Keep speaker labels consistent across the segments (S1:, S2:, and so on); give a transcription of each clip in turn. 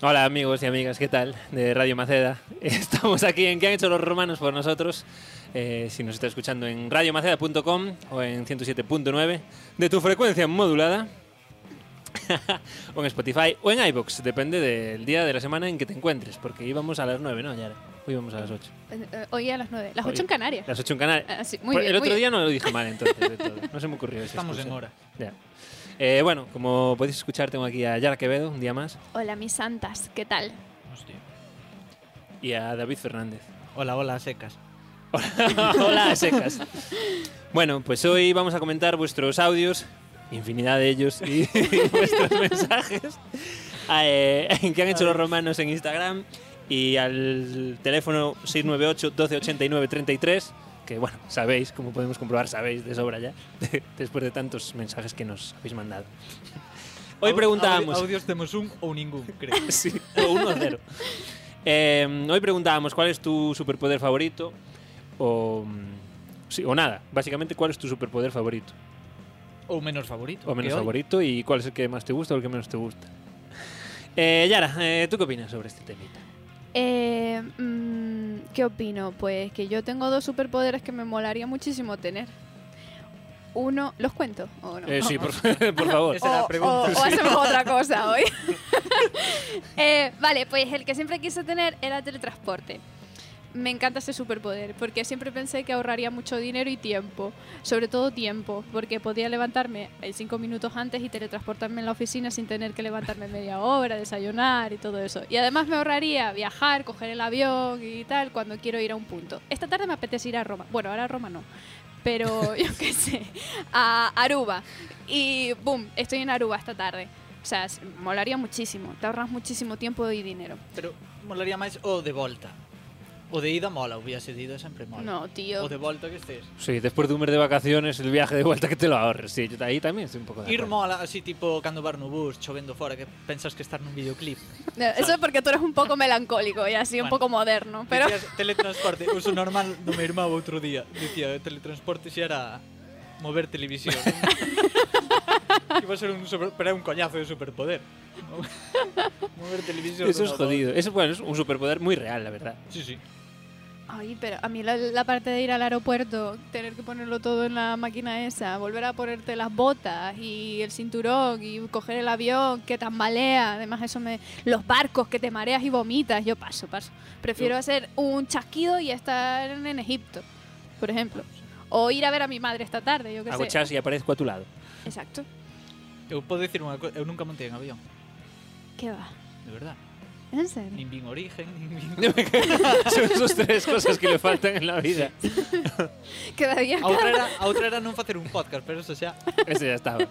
S1: Hola amigos y amigas, ¿qué tal? De Radio Maceda. Estamos aquí en ¿Qué han hecho los romanos por nosotros? Eh, si nos está escuchando en radiomaceda.com o en 107.9 de tu frecuencia modulada, o en Spotify o en iBox, depende del día de la semana en que te encuentres, porque íbamos a las 9, ¿no, Yara? Hoy íbamos a las 8.
S2: Eh, eh, Hoy a las 9. Las 8
S1: Hoy.
S2: en Canarias.
S1: Las 8 en Canarias.
S2: Ah, sí, muy
S1: Por- el
S2: bien, muy
S1: otro día
S2: bien.
S1: no lo dije mal, entonces, de todo. No se me ocurrió eso.
S3: Estamos en hora.
S1: Ya. Eh, bueno, como podéis escuchar, tengo aquí a Yara Quevedo, un día más,
S2: Hola, mis santas. ¿Qué tal?
S3: Hostia.
S1: y a David Fernández.
S3: Hola, hola, secas.
S1: Hola, secas. Bueno, pues hoy vamos a comentar vuestros audios, infinidad de ellos, y, vuestros mensajes eh, que han hecho los romanos en Instagram y al teléfono 698-1289-33, que bueno, sabéis, como podemos comprobar, sabéis de sobra ya, después de tantos mensajes que nos habéis mandado. Hoy
S3: Au-
S1: preguntábamos...
S3: audi- Audios temos un ou ningún, creo.
S1: Sí, o 1-0. Eh, hoy preguntábamos cuál es tu superpoder favorito o, mm, sí, o nada. Básicamente, cuál es tu superpoder favorito
S3: ou menos favorito.
S1: o menos
S3: que hoy.
S1: favorito y cuál es el que más te gusta o el que menos te gusta. Eh, Yara, eh, ¿tú qué opinas sobre este temita?
S2: Eh, mm, ¿Qué opino? Pues que yo tengo dos superpoderes que me molaría muchísimo tener. Uno, ¿los cuento o no?
S1: Eh, sí, por, por favor.
S3: Esa era la pregunta.
S2: o- o hacemos otra cosa hoy. Eh, vale, pues el que siempre quise tener era teletransporte. Me encanta ese superpoder porque siempre pensé que ahorraría mucho dinero y tiempo, sobre todo tiempo, porque podía levantarme eh, cinco minutos antes y teletransportarme en la oficina sin tener que levantarme media hora, desayunar y todo eso. Y además me ahorraría viajar, coger el avión y tal cuando quiero ir a un punto. Esta tarde me apetece ir a Roma. Bueno, ahora a Roma no, pero yo qué sé, a Aruba. Y boom, estoy en Aruba esta tarde. O sea, s- molaría muchísimo. Te ahorras muchísimo tiempo y dinero.
S3: Pero molaría máis o de volta. O de ida mola, o viaxe de ida sempre mola.
S2: No, tío.
S3: O de volta que estés.
S1: Sí, después de un mes de vacaciones, el viaje de vuelta que te lo ahorres. Sí, yo ahí también estoy un poco de
S3: Ir
S1: acuerdo.
S3: mola así tipo cando bar no bus, chovendo fora, que pensas que estar nun videoclip.
S2: No, Eso es porque tú eres un poco melancólico y así un
S3: Bueno.
S2: poco moderno. Pero
S3: Dicías teletransporte, uso normal do meu irmão outro día. Dicía, teletransporte xa era mover televisión. Iba a ser un super, pero é un coñazo de superpoder. mover televisión.
S1: Eso
S3: dun
S1: es
S3: lado para
S1: jodido. Eso bueno, es un superpoder muy real, la verdad.
S3: outro. Sí, sí.
S2: Ay, pero a mí la, la parte de ir al aeropuerto, tener que ponerlo todo en la máquina esa, volver a ponerte las botas y el cinturón y coger el avión que tambalea, además eso me los barcos que te mareas y vomitas, yo paso, paso. Prefiero hacer un chasquido y estar en, Egipto, por ejemplo, o ir a ver a mi madre esta tarde, yo qué
S1: Hago
S2: sé.
S1: chas y aparezco a tu lado.
S2: Exacto.
S3: Eu podo dicir unha cousa, eu nunca montei en avión,
S2: ¿Qué va?
S3: de verdad.
S2: ¿En serio?
S3: Nin vin origen, nin vin...
S1: Son esas tres cosas que le faltan en la vida.
S2: Cada día,
S3: A outra era, a outra era non facer un podcast, pero eso xa...
S1: Ese ya estaba.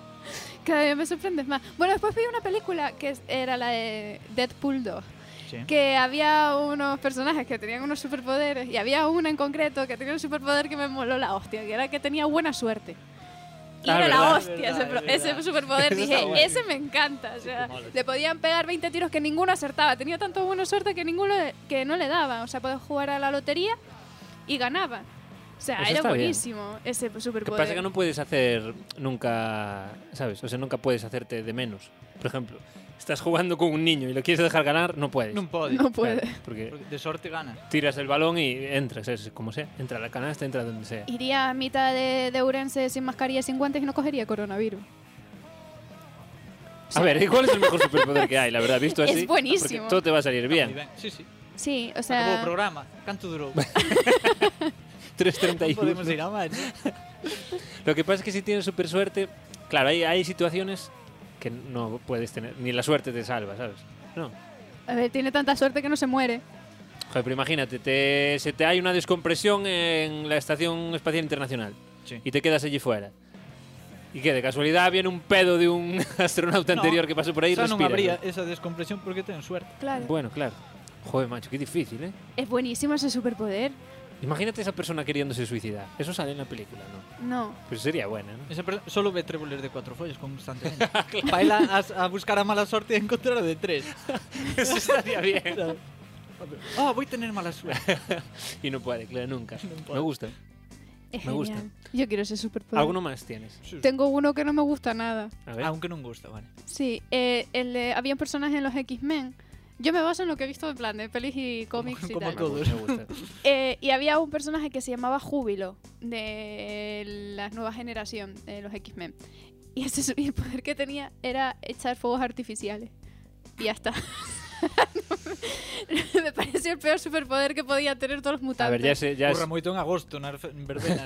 S2: cada día me sorprendes más. Bueno, después vi una película que es- era la de Deadpool 2.
S3: Sí.
S2: que había unos personajes que tenían unos superpoderes y había una en concreto que tenía un superpoder que me moló la hostia, que era que tenía buena suerte. Y
S1: Ah,
S2: era la
S1: verdad.
S2: hostia
S3: Verdad,
S2: ese, pro-
S3: verdad.
S2: ese superpoder.
S1: Eso
S2: Dije,
S1: está guay.
S2: ese me encanta. o
S3: Sí,
S2: sea,
S3: que mola.
S2: le podían pegar 20 tiros que ninguno acertaba. Tenía tanto buena suerte que ninguno le- que no le daba. O sea, podía jugar a la lotería y ganaba. O sea,
S1: Eso
S2: era
S1: está bien.
S2: buenísimo ese
S1: Lo que
S2: superpoder.
S1: pasa es que no puedes hacer nunca, ¿sabes? O sea, nunca puedes hacerte de menos. Por ejemplo, estás jugando con un niño y lo quieres dejar ganar, no puedes.
S3: Non pode.
S2: No puede.
S1: Claro, porque
S3: Porque de sorte ganas.
S1: tiras el balón y entras, es como sea. Entra a la canasta, entra donde sea.
S2: Iría a mitad de, de Urense sin mascarilla, sin guantes y no cogería coronavirus.
S1: A ver, ¿y ¿cuál es el mejor superpoder que hay? La verdad, visto
S2: Es
S1: así.
S2: buenísimo.
S1: porque Todo te va a salir
S3: Moi
S1: bien.
S3: ben. Sí, sí.
S2: Sí, o
S3: Acabou o
S2: sea...
S3: programa. Canto durou? Non podemos
S1: 3.31.
S3: ir a máis.
S1: Lo que pasa es que si tienes super suerte, claro, hay, hay situaciones que no puedes tener. Ni la suerte te salva, ¿sabes? No.
S2: A ver, tiene tanta suerte que no se muere.
S1: Joder, pero imagínate, te- se te hay una descompresión en la Estación Espacial Internacional
S3: Sí.
S1: y te quedas allí fuera. Y que de casualidad viene un pedo de un astronauta
S3: No,
S1: anterior que pasó por ahí y
S3: Xa non
S1: respira.
S3: habría esa descompresión porque ten suerte.
S2: Claro.
S1: Bueno, claro. Joder, macho, qué difícil, ¿eh?
S2: ¿Es buenísimo ese superpoder?
S1: Imagínate esa persona queriéndose suicidar. Eso sale en la película, ¿no?
S2: No.
S1: Pues sería buena, ¿no?
S3: Esa perso- solo ve tréboles de cuatro follas constantemente. Baila a, a buscar a mala sorte e encontrar a de tres.
S1: Eso estaría bien.
S3: Claro. Ah, voy a tener mala suerte.
S1: Y no puede, claro, nunca.
S3: No puede.
S1: Me gusta.
S2: Es
S1: Me gusta.
S2: genial. Yo quiero ese superpoder.
S1: ¿Alguno más tienes?
S3: Sí, sí.
S2: Tengo uno que no me gusta nada.
S1: A ver.
S3: Aunque non gusta, vale.
S2: Sí, eh, el de- había un personaje en los X-Men. Yo me baso en lo que he visto en plan de pelis y cómics y
S3: como
S2: tal.
S3: todo. todos.
S1: Me gusta.
S2: Eh, y había un personaje que se llamaba Júbilo, de la nueva generación de los X-Men. Y ese su- y el poder que tenía era echar fuegos artificiales. Y ya está. me pareció el peor superpoder que podía tener todos los
S1: A
S2: mutantes.
S1: ver, ya sé, ya
S3: Curra
S1: es-
S3: moito en agosto na refe- en verbena.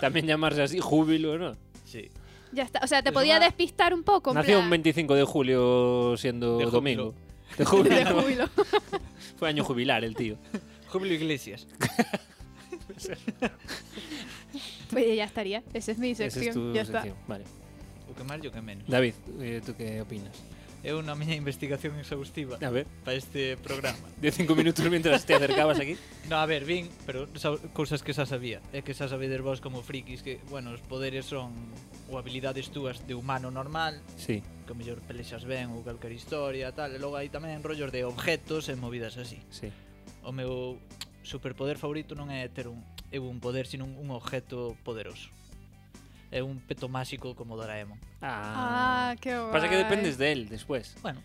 S1: también llamarse así júbilo, ¿no?
S3: sí.
S2: Ya está. O sea, te
S3: Es
S2: podía
S3: una-
S2: despistar un poco. en
S1: Nació
S2: plan,
S1: un 25 de julio siendo
S3: De júbilo.
S1: domingo. De
S2: de
S1: júbilo.
S2: júbilo.
S1: Fue año jubilar el tío.
S3: Júbilo Iglesias.
S2: Pues ya estaría. Esa es mi
S1: Esa
S2: sección.
S1: es tu
S2: ya está.
S1: sección. Vale.
S3: O que máis e o que menos.
S1: David, eh, ¿tú qué opinas?
S3: É unha miña investigación exhaustiva
S1: A ver,
S3: para este programa.
S1: de cinco minutos mientras te acercabas aquí.
S3: No, a ver, vin, pero sa- cousas que xa sabía. É que xa sabedes vos como frikis que, bueno, os poderes son ou habilidades túas de humano normal,
S1: Sí.
S3: que o mellor pelexas ben ou calquer historia, tal, e logo hai tamén rollos de objetos e movidas así.
S1: Sí.
S3: O meu superpoder favorito non é ter un eu un poder, sino un, un objeto poderoso. É un peto máxico como Doraemon.
S2: Ah, qué guay.
S1: Pasa que dependes de él después.
S3: Bueno,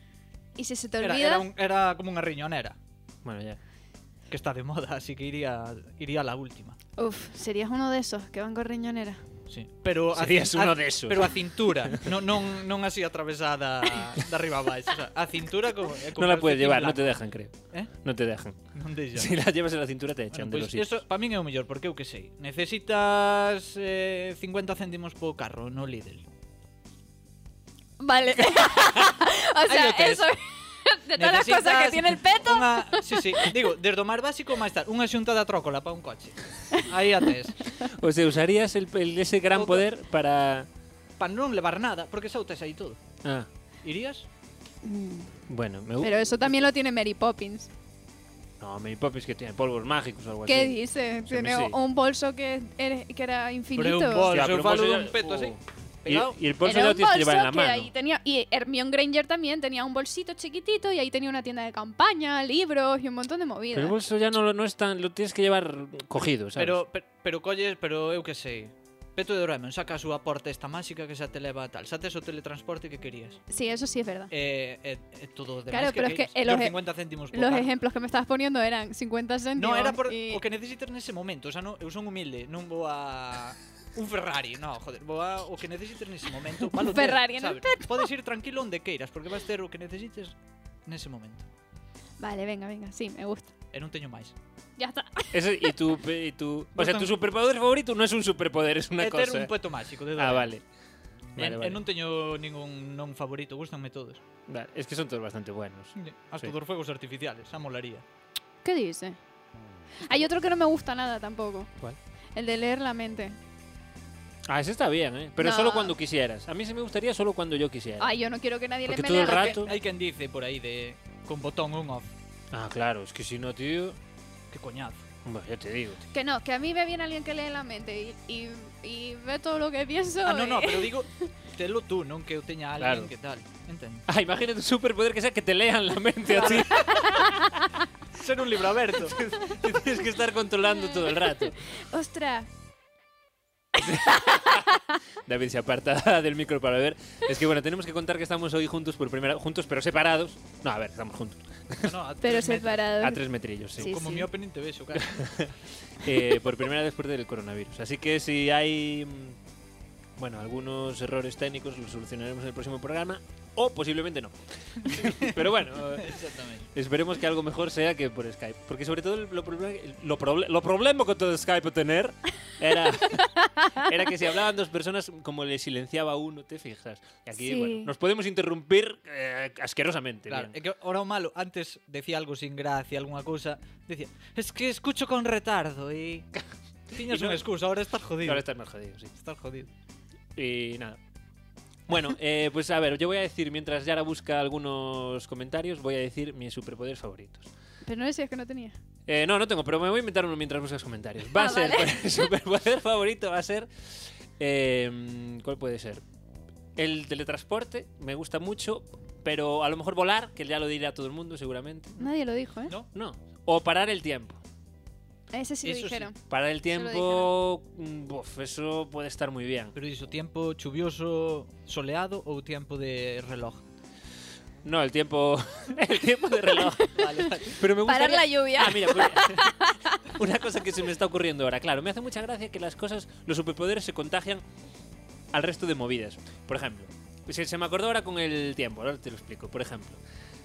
S2: Y si se te
S3: era,
S2: olvida,
S3: era, un, era como unha riñonera,
S1: Bueno, ya.
S3: que está de moda, así que iría iría a la última.
S2: uf, serías uno de esos que van con riñonera.
S3: Sí. Pero a
S1: Serías
S3: cin- a-
S1: uno de esos.
S3: Pero a cintura, non, non, non así atravesada de arriba a baixo. O sea, a cintura como... é
S1: No
S3: como
S1: la puedes
S3: calcetín
S1: llevar, no te
S3: blanco.
S1: dejan, creo.
S3: ¿Eh?
S1: No te dejan.
S3: Non deixa.
S1: Si la llevas en la cintura te echan de
S3: Bueno, pois
S1: los sitios.
S3: eso para min é o mellor, porque eu que sei. Necesitas eh, 50 céntimos po carro no Lidl.
S2: Vale. o sea,
S3: Hay hoteles.
S2: eso. De todas las cosas que
S3: Necesitas
S2: tiene el peto.
S3: Unha, sí, sí, digo, desde o máis básico máis tal, unha xunta da trócola para un coche. Aí a tes.
S1: O sea, usarías el, el- ese gran
S3: Otra.
S1: poder para...
S3: Para non levar nada, porque xa o tes aí todo.
S1: Ah,
S3: Irías?
S2: Mm,
S1: bueno. Me...
S2: Pero eso también lo tiene Mary Poppins.
S1: No, Mary Poppins que tiene polvos mágicos o algo
S2: ¿Qué
S1: así.
S2: dice?
S1: Pues Sí,
S2: Tiene
S1: sí.
S2: un bolso que, era- que era infinito.
S3: un bolso.
S1: Hostia,
S3: Yo
S1: pero un
S3: falo
S1: bolso
S3: de
S1: ya- Uh,
S3: un peto así, pegado.
S1: Y, y el bolso ya
S2: Era un
S1: lo tienes que llevar en la
S2: bolso que ahí
S1: mano.
S2: tenía. Y Hermione Granger también tenía un bolsito chiquitito y ahí tenía una tienda de campaña, libros y un montón de
S1: Pero el
S2: movidas.
S1: bolso ya no, lo- no es tan... Lo tienes que llevar cogido, ¿sabes?
S3: Pero, pero, pero colles, pero eu que sei. Peto de Doraemon, saca a súa porta esta máxica que xa te leva a tal. Xa tes o teletransporte que querías.
S2: Sí, eso sí es verdad.
S1: Eh,
S3: E, e, e todo o demás
S2: Claro, pero es que
S3: querías.
S2: eh, los
S3: Por
S2: e-
S3: 50 céntimos
S1: pues,
S3: por
S2: Los
S1: ah.
S3: carro.
S2: ejemplos que me estabas poniendo eran 50 céntimos.
S3: No, era por
S2: y-
S3: o que necesitas nese momento, o sea, no, eu son humilde, non vou a un Ferrari, no, joder, vou a o que necesites nese momento, palo ter,
S2: Ferrari en
S3: sabes? Podes ir tranquilo onde queiras, porque vas ter o que necesites nese momento.
S2: Vale, venga, venga, sí, me gusta.
S3: E non teño máis.
S2: Ya está.
S1: Ese- y tu, pe- y tu- o sea,
S3: Botón.
S1: tu superpoder favorito no es un superpoder, es una
S3: e ter
S1: cosa.
S3: un peto máxico de
S1: ah,
S3: Doraemon.
S1: vale.
S3: E,
S1: Vale,
S3: e
S1: vale.
S3: non teño ningún non favorito, gustanme todos.
S1: Vale, Es que son todos bastante buenos.
S3: Hasta
S1: Sí.
S3: dos fuegos artificiales, xa molaría.
S2: ¿Qué dice? Hay otro que no me gusta nada tampoco.
S1: ¿Cuál?
S2: El de leer la mente.
S1: Ah, ese está bien, ¿eh? Pero
S2: No.
S1: solo cuando quisieras. A mí se me gustaría solo cuando yo quisiera.
S2: Ay, yo no quiero que nadie
S1: Porque
S2: le me
S1: todo el
S2: lea la-
S1: rato-
S3: Hai quen dice por aí de con botón un off,
S1: Ah, claro, es que si no, tío.
S3: que coñazo.
S1: Bueno, ya te digo.
S2: Que no, que a mí me viene alguien que lee la mente y, y, y ve todo lo que pienso.
S3: Ah, no,
S2: y-
S3: no, pero digo, telo tú, non que eu teña a
S1: Claro.
S3: alguén que tal, entendo.
S1: Ah, imagínate un superpoder que sea que te lean la mente a ti.
S3: Ser un libro aberto.
S1: Te Tienes que estar controlando todo el rato.
S2: Ostras,
S1: David se aparta del micro para ver. Es que bueno, tenemos que contar que estamos hoy juntos por primera juntos pero separados. No, a ver, estamos juntos.
S3: No, a
S2: pero
S3: tres metros.
S2: separado.
S1: A tres metrillos, sí.
S2: Sí.
S3: Como mi opening te beso, cara.
S1: Eh, por primera vez después del coronavirus. Así que si hay mm, bueno, algunos errores técnicos los solucionaremos en el próximo programa o posiblemente no. Pero bueno, eh,
S3: Exactamente.
S1: esperemos que algo mejor sea que por Skype, porque sobre todo el- lo, proble- el- lo, proble- lo problema que todo Skype tener era era que si hablaban dos personas como le silenciaba a uno, te fijas. Y aquí
S2: Sí.
S1: bueno, nos podemos interrumpir eh, asquerosamente.
S3: Claro, é
S1: bien.
S3: que ahora o malo, antes decía algo sin gracia, alguna cousa, decía, es que escucho con retardo e... Tiñas
S1: Y no-
S3: unha excusa, ahora estás jodido.
S1: Ahora estás más jodido, sí.
S3: Estás jodido.
S1: Y nada. Bueno, eh, pues a ver, yo voy a decir, mientras Yara busca algunos comentarios, voy a decir mis superpoderes favoritos.
S2: Pero no decías que no tenía.
S1: Eh, no, no tengo, pero me voy a inventar uno mientras buscas comentarios. Va
S2: Ah,
S1: a ser,
S2: vale.
S1: el superpoder favorito va a ser... eh, ¿Cuál puede ser? El teletransporte, me gusta mucho, pero a lo mejor volar, que ya lo dirá todo el mundo seguramente.
S2: Nadie lo dijo, ¿eh?
S3: No.
S1: No. O parar el tiempo.
S2: Ese sí lo
S3: Eso sí.
S2: dijeron.
S1: Parar el
S2: Eso lo
S1: tiempo, mm, buf, eso puede estar muy bien.
S3: Pero iso, tiempo chuvioso, soleado ou tiempo de reloj?
S1: No, el tiempo, el tiempo de reloj.
S3: Vale, vale.
S1: Pero me gustaría...
S2: Parar la lluvia.
S1: Ah, mira, pues- una cosa que se me está ocurriendo ahora. Claro, me hace mucha gracia que las cosas, los superpoderes se contagian al resto de movidas. Por ejemplo, se, se me acordó ahora con el tiempo, ahora te lo explico. Por ejemplo,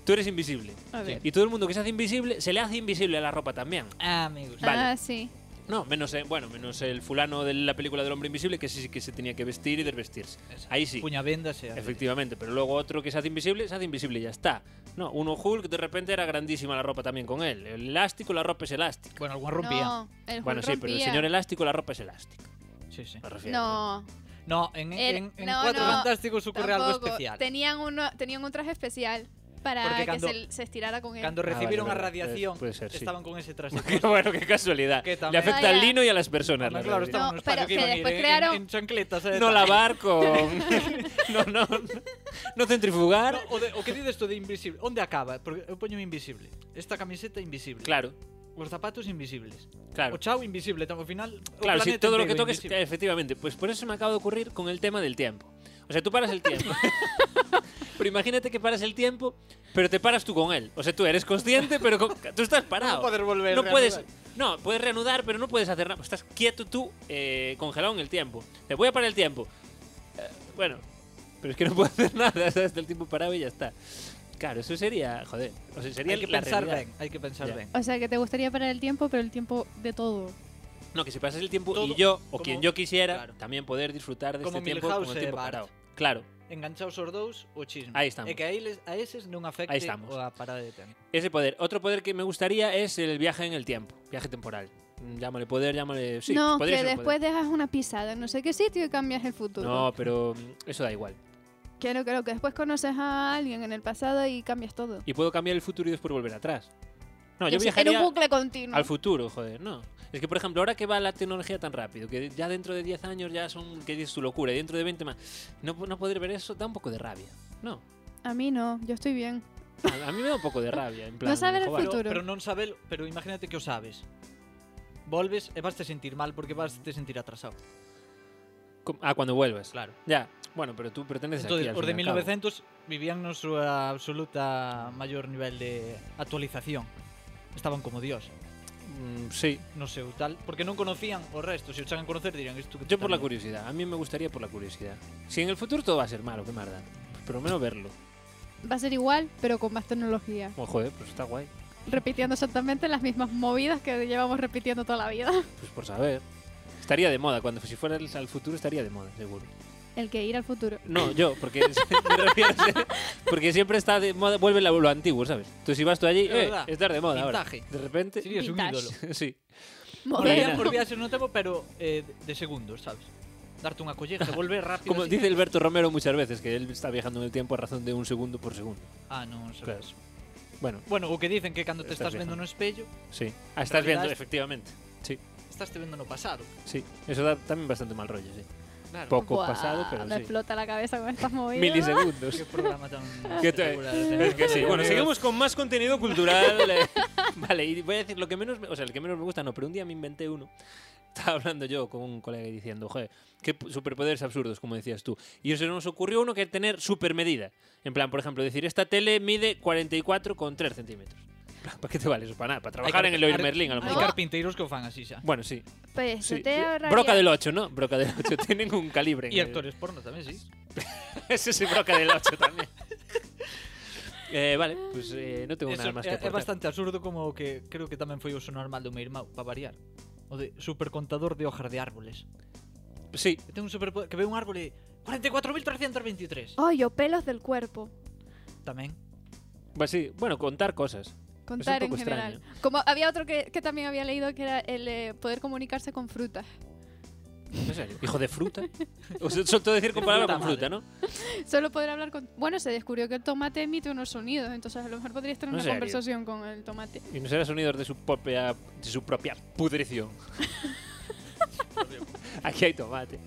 S1: tú eres invisible.
S2: A ver.
S1: Y todo el mundo que se hace invisible, se le hace invisible a la ropa también.
S3: Ah, me gusta.
S1: Vale.
S2: Ah, sí.
S1: No, menos, eh, bueno, menos el fulano de la película del hombre invisible, que sí sí que se tenía que vestir y desvestirse. Ahí sí.
S3: Puñavendas e...
S1: Efectivamente, pero luego otro que se hace invisible, se hace invisible y ya está. No, uno Hulk de repente era grandísima la ropa también con él. El elástico, la ropa es elástica.
S3: Bueno, algún rompía.
S2: No, el Hulk
S1: Bueno, sí, pero el
S2: rompía.
S1: señor elástico, la ropa es elástica.
S3: Sí, sí.
S1: Me refiero.
S2: No,
S3: No, en,
S2: El-
S3: en, en
S2: no,
S3: Cuatro
S2: no,
S3: Fantásticos ocurre algo
S2: tampoco.
S3: especial.
S2: Tenían, uno, tenían un traje especial para
S3: Porque
S2: que
S3: cando-
S2: se, se estirara con él.
S3: Cando
S1: vale,
S3: recibiron a
S1: Ah, vale,
S3: radiación,
S1: puede ser, sí.
S3: estaban con ese traste.
S1: Qué bueno, qué casualidad.
S3: Que
S1: Le
S3: también-
S1: afecta al
S2: Vaya.
S1: lino y a las personas. la
S3: claro,
S1: realidad.
S3: estaban en
S2: No,
S3: un
S2: pero
S3: espacio que
S2: que
S3: iban a ir
S2: después
S3: en,
S2: crearon-
S3: en chancletas. eh,
S1: no
S3: tal.
S1: lavar con. no, no, no. No centrifugar.
S3: No, o, de, o que dices tú de invisible. Onde acaba? Porque eu poño invisible. Esta camiseta invisible.
S1: Claro,
S3: Os zapatos invisibles.
S1: claro.
S3: O chao invisible, tam- ao final o
S1: Claro, si
S3: planeta
S1: todo lo que
S3: inteiro
S1: toques,
S3: invisible.
S1: efectivamente. Pues por eso me acaba de ocurrir con el tema del tiempo. O sea, tú paras el tiempo. pero imagínate que paras el tiempo, pero te paras tú con él. O sea, tú eres consciente, pero con- tú estás parado.
S3: No poder volver,
S1: No puedes,
S3: reanudar.
S1: no, puedes reanudar, pero no puedes hacer nada. Estás quieto tú, eh, congelado en el tiempo. Te voy a parar el tiempo. Eh, bueno, pero es que no puedo hacer nada. ¿sabes? Está el tiempo parado y ya está. Claro, eso sería, joder. O sea, sería
S3: Hay que
S1: la
S3: pensar
S1: realidad.
S3: ben, hai que pensar
S1: Ya.
S3: ben.
S2: O sea, que te gustaría parar el tiempo, pero el tiempo de todo.
S1: No, que se pasase el tiempo
S3: Todo
S1: y yo, o
S3: como-
S1: quien yo quisiera,
S3: claro.
S1: también poder disfrutar de
S3: Como
S1: este tiempo
S3: Milhouse
S1: como
S3: e
S1: tiempo
S3: Bart.
S1: parado. Claro,
S3: Enganchaos os dous o chisme.
S1: Aí estamos.
S3: E que a, eles, a eses non afecte
S1: Aí estamos.
S3: a parada de tempo.
S1: ese poder. Otro poder que me gustaría es el viaje en el tiempo, viaje temporal. Mm, Llámale poder, llámale... Sí,
S2: no,
S1: podría
S2: que
S1: ser un
S2: después
S1: poder.
S2: dejas una pisada en no sé qué sitio y cambias el futuro.
S1: No, pero mm, eso da igual.
S2: Que no creo que después conoces a alguien en el pasado y cambias todo.
S1: Y puedo cambiar el futuro y después volver atrás. No, yo
S2: Es- Era un
S1: viajaría
S2: bucle continuo.
S1: al futuro, joder, no. Es que, por ejemplo, ahora que va la tecnología tan rápido, que ya dentro de 10 años ya son... que es su locura, y dentro de 20 más... No, no poder ver eso da un poco de rabia. No,
S2: A mí no, yo estoy bien.
S1: a, a mí me da un poco de rabia. En plan,
S2: saber el
S1: joder.
S3: Pero,
S2: Futuro.
S3: pero non sabelo, pero imagínate que o sabes. Volves e vas te sentir mal porque vas te sentir atrasado.
S1: Com- Ah, cuando vuelves.
S3: Claro.
S1: Ya. Bueno, pero tú perteneces
S3: Entonces,
S1: aquí. al
S3: os
S1: fin
S3: de
S1: y al cabo.
S3: 1900 vivían no súa absoluta maior nivel de actualización. Estaban como dios,
S1: Mm, sí.
S3: no sei ou tal, porque non conocían o resto, se o chegan a conocer dirían isto que
S1: Yo por la curiosidad. A mí me gustaría por la curiosidad. Si en el futuro todo va a ser malo, qué marda. Pero menos verlo.
S2: Va a ser igual, pero con más tecnología.
S1: Bueno, joder, pues está guay.
S2: Repitiendo exactamente las mismas movidas que llevamos repitiendo toda la vida.
S1: Pues por saber. Estaría de moda. Cuando si fuera al futuro estaría de moda, seguro.
S2: El que ir al futuro.
S1: No, yo, porque me refiero a ser- porque siempre está de moda, vuelve la- lo antiguo, ¿sabes? Tú si vas tú allí,
S3: Es
S1: eh,
S3: verdad.
S1: estar de moda ahora.
S3: Vintage.
S1: De repente,
S3: Sería un
S2: Vintage.
S3: ídolo.
S1: sí.
S2: Moderno.
S3: Volvían
S1: Moderno.
S3: por viaxes no tempo, pero eh, de segundos, sabes? Darte unha colleja, volver rápido.
S1: Como dice Alberto Romero muchas veces, que él está viajando en el tiempo a razón de un segundo por segundo.
S3: Ah, non
S1: Claro.
S3: sabes.
S1: Bueno,
S3: Bueno, o que dicen que cando te
S1: Estás
S3: estás, vendo
S1: viajando.
S3: no espello,
S1: sí. Ah, estás
S3: realidad
S1: viendo,
S3: es-
S1: efectivamente. Sí.
S3: estás te vendo no pasado.
S1: Sí, eso da también bastante mal rollo, sí.
S3: Claro.
S1: Poco
S2: Buah,
S1: pasado, pero
S2: Me
S1: sí.
S2: explota la cabeza con estas movidas.
S1: Milisegundos.
S3: Que programa tan
S1: Que te-
S3: espectacular
S1: Es que sí.
S3: tenemos.
S1: Bueno, seguimos con más contenido cultural. eh. Vale, y voy a decir lo que menos, me- o sea, el que menos me gusta, no, pero un día me inventé uno. Estaba hablando yo con un colega y diciendo, joder, qué pu- superpoderes absurdos, como decías tú. Y se nos ocurrió uno que es tener supermedida. En plan, por ejemplo, decir, esta tele mide 44,3 centímetros. ¿Para qué te vale eso? Para nada, para trabajar
S3: car-
S1: en el Oir
S3: ar-
S1: Merlin, a lo
S3: Hai
S1: mejor.
S3: carpinteiros que o fan así xa.
S1: Bueno, sí.
S2: Pues
S1: sí.
S2: yo te ahorraría...
S1: Broca del 8, ¿no? Broca del 8. Tienen un calibre. en
S3: E
S1: el-
S3: actores porno tamén, sí.
S1: Ese sí broca del 8 también. Eh, vale, pues eh, no tengo
S3: Eso
S1: nada más
S3: é,
S1: que
S3: é
S1: aportar.
S3: bastante absurdo como o que creo que tamén foi o sonar mal do meu irmão, para variar. O de supercontador de hojas de árboles.
S1: Sí,
S3: E Ten un superpoder que ve un árbol e 44.323.
S2: Ay, o pelos del cuerpo.
S3: Tamén.
S1: va así. Bueno, contar cosas.
S2: Contar
S1: poco
S2: en general. Como había otro que, que también había leído que era el eh, poder comunicarse con frutas.
S1: ¿En serio? ¿Hijo de fruta? O sea, suelto decir con
S3: De
S1: palabra
S3: fruta
S1: con fruta, ¿no?
S2: Solo podrá hablar con. Bueno, se descubrió que el tomate emite unos sonidos, entonces a lo mejor podrías tener
S1: ¿En
S2: una
S1: serio?
S2: conversación con el tomate.
S1: Y no será sonidos de su propia, de su propia pudrición. Aquí hay tomate,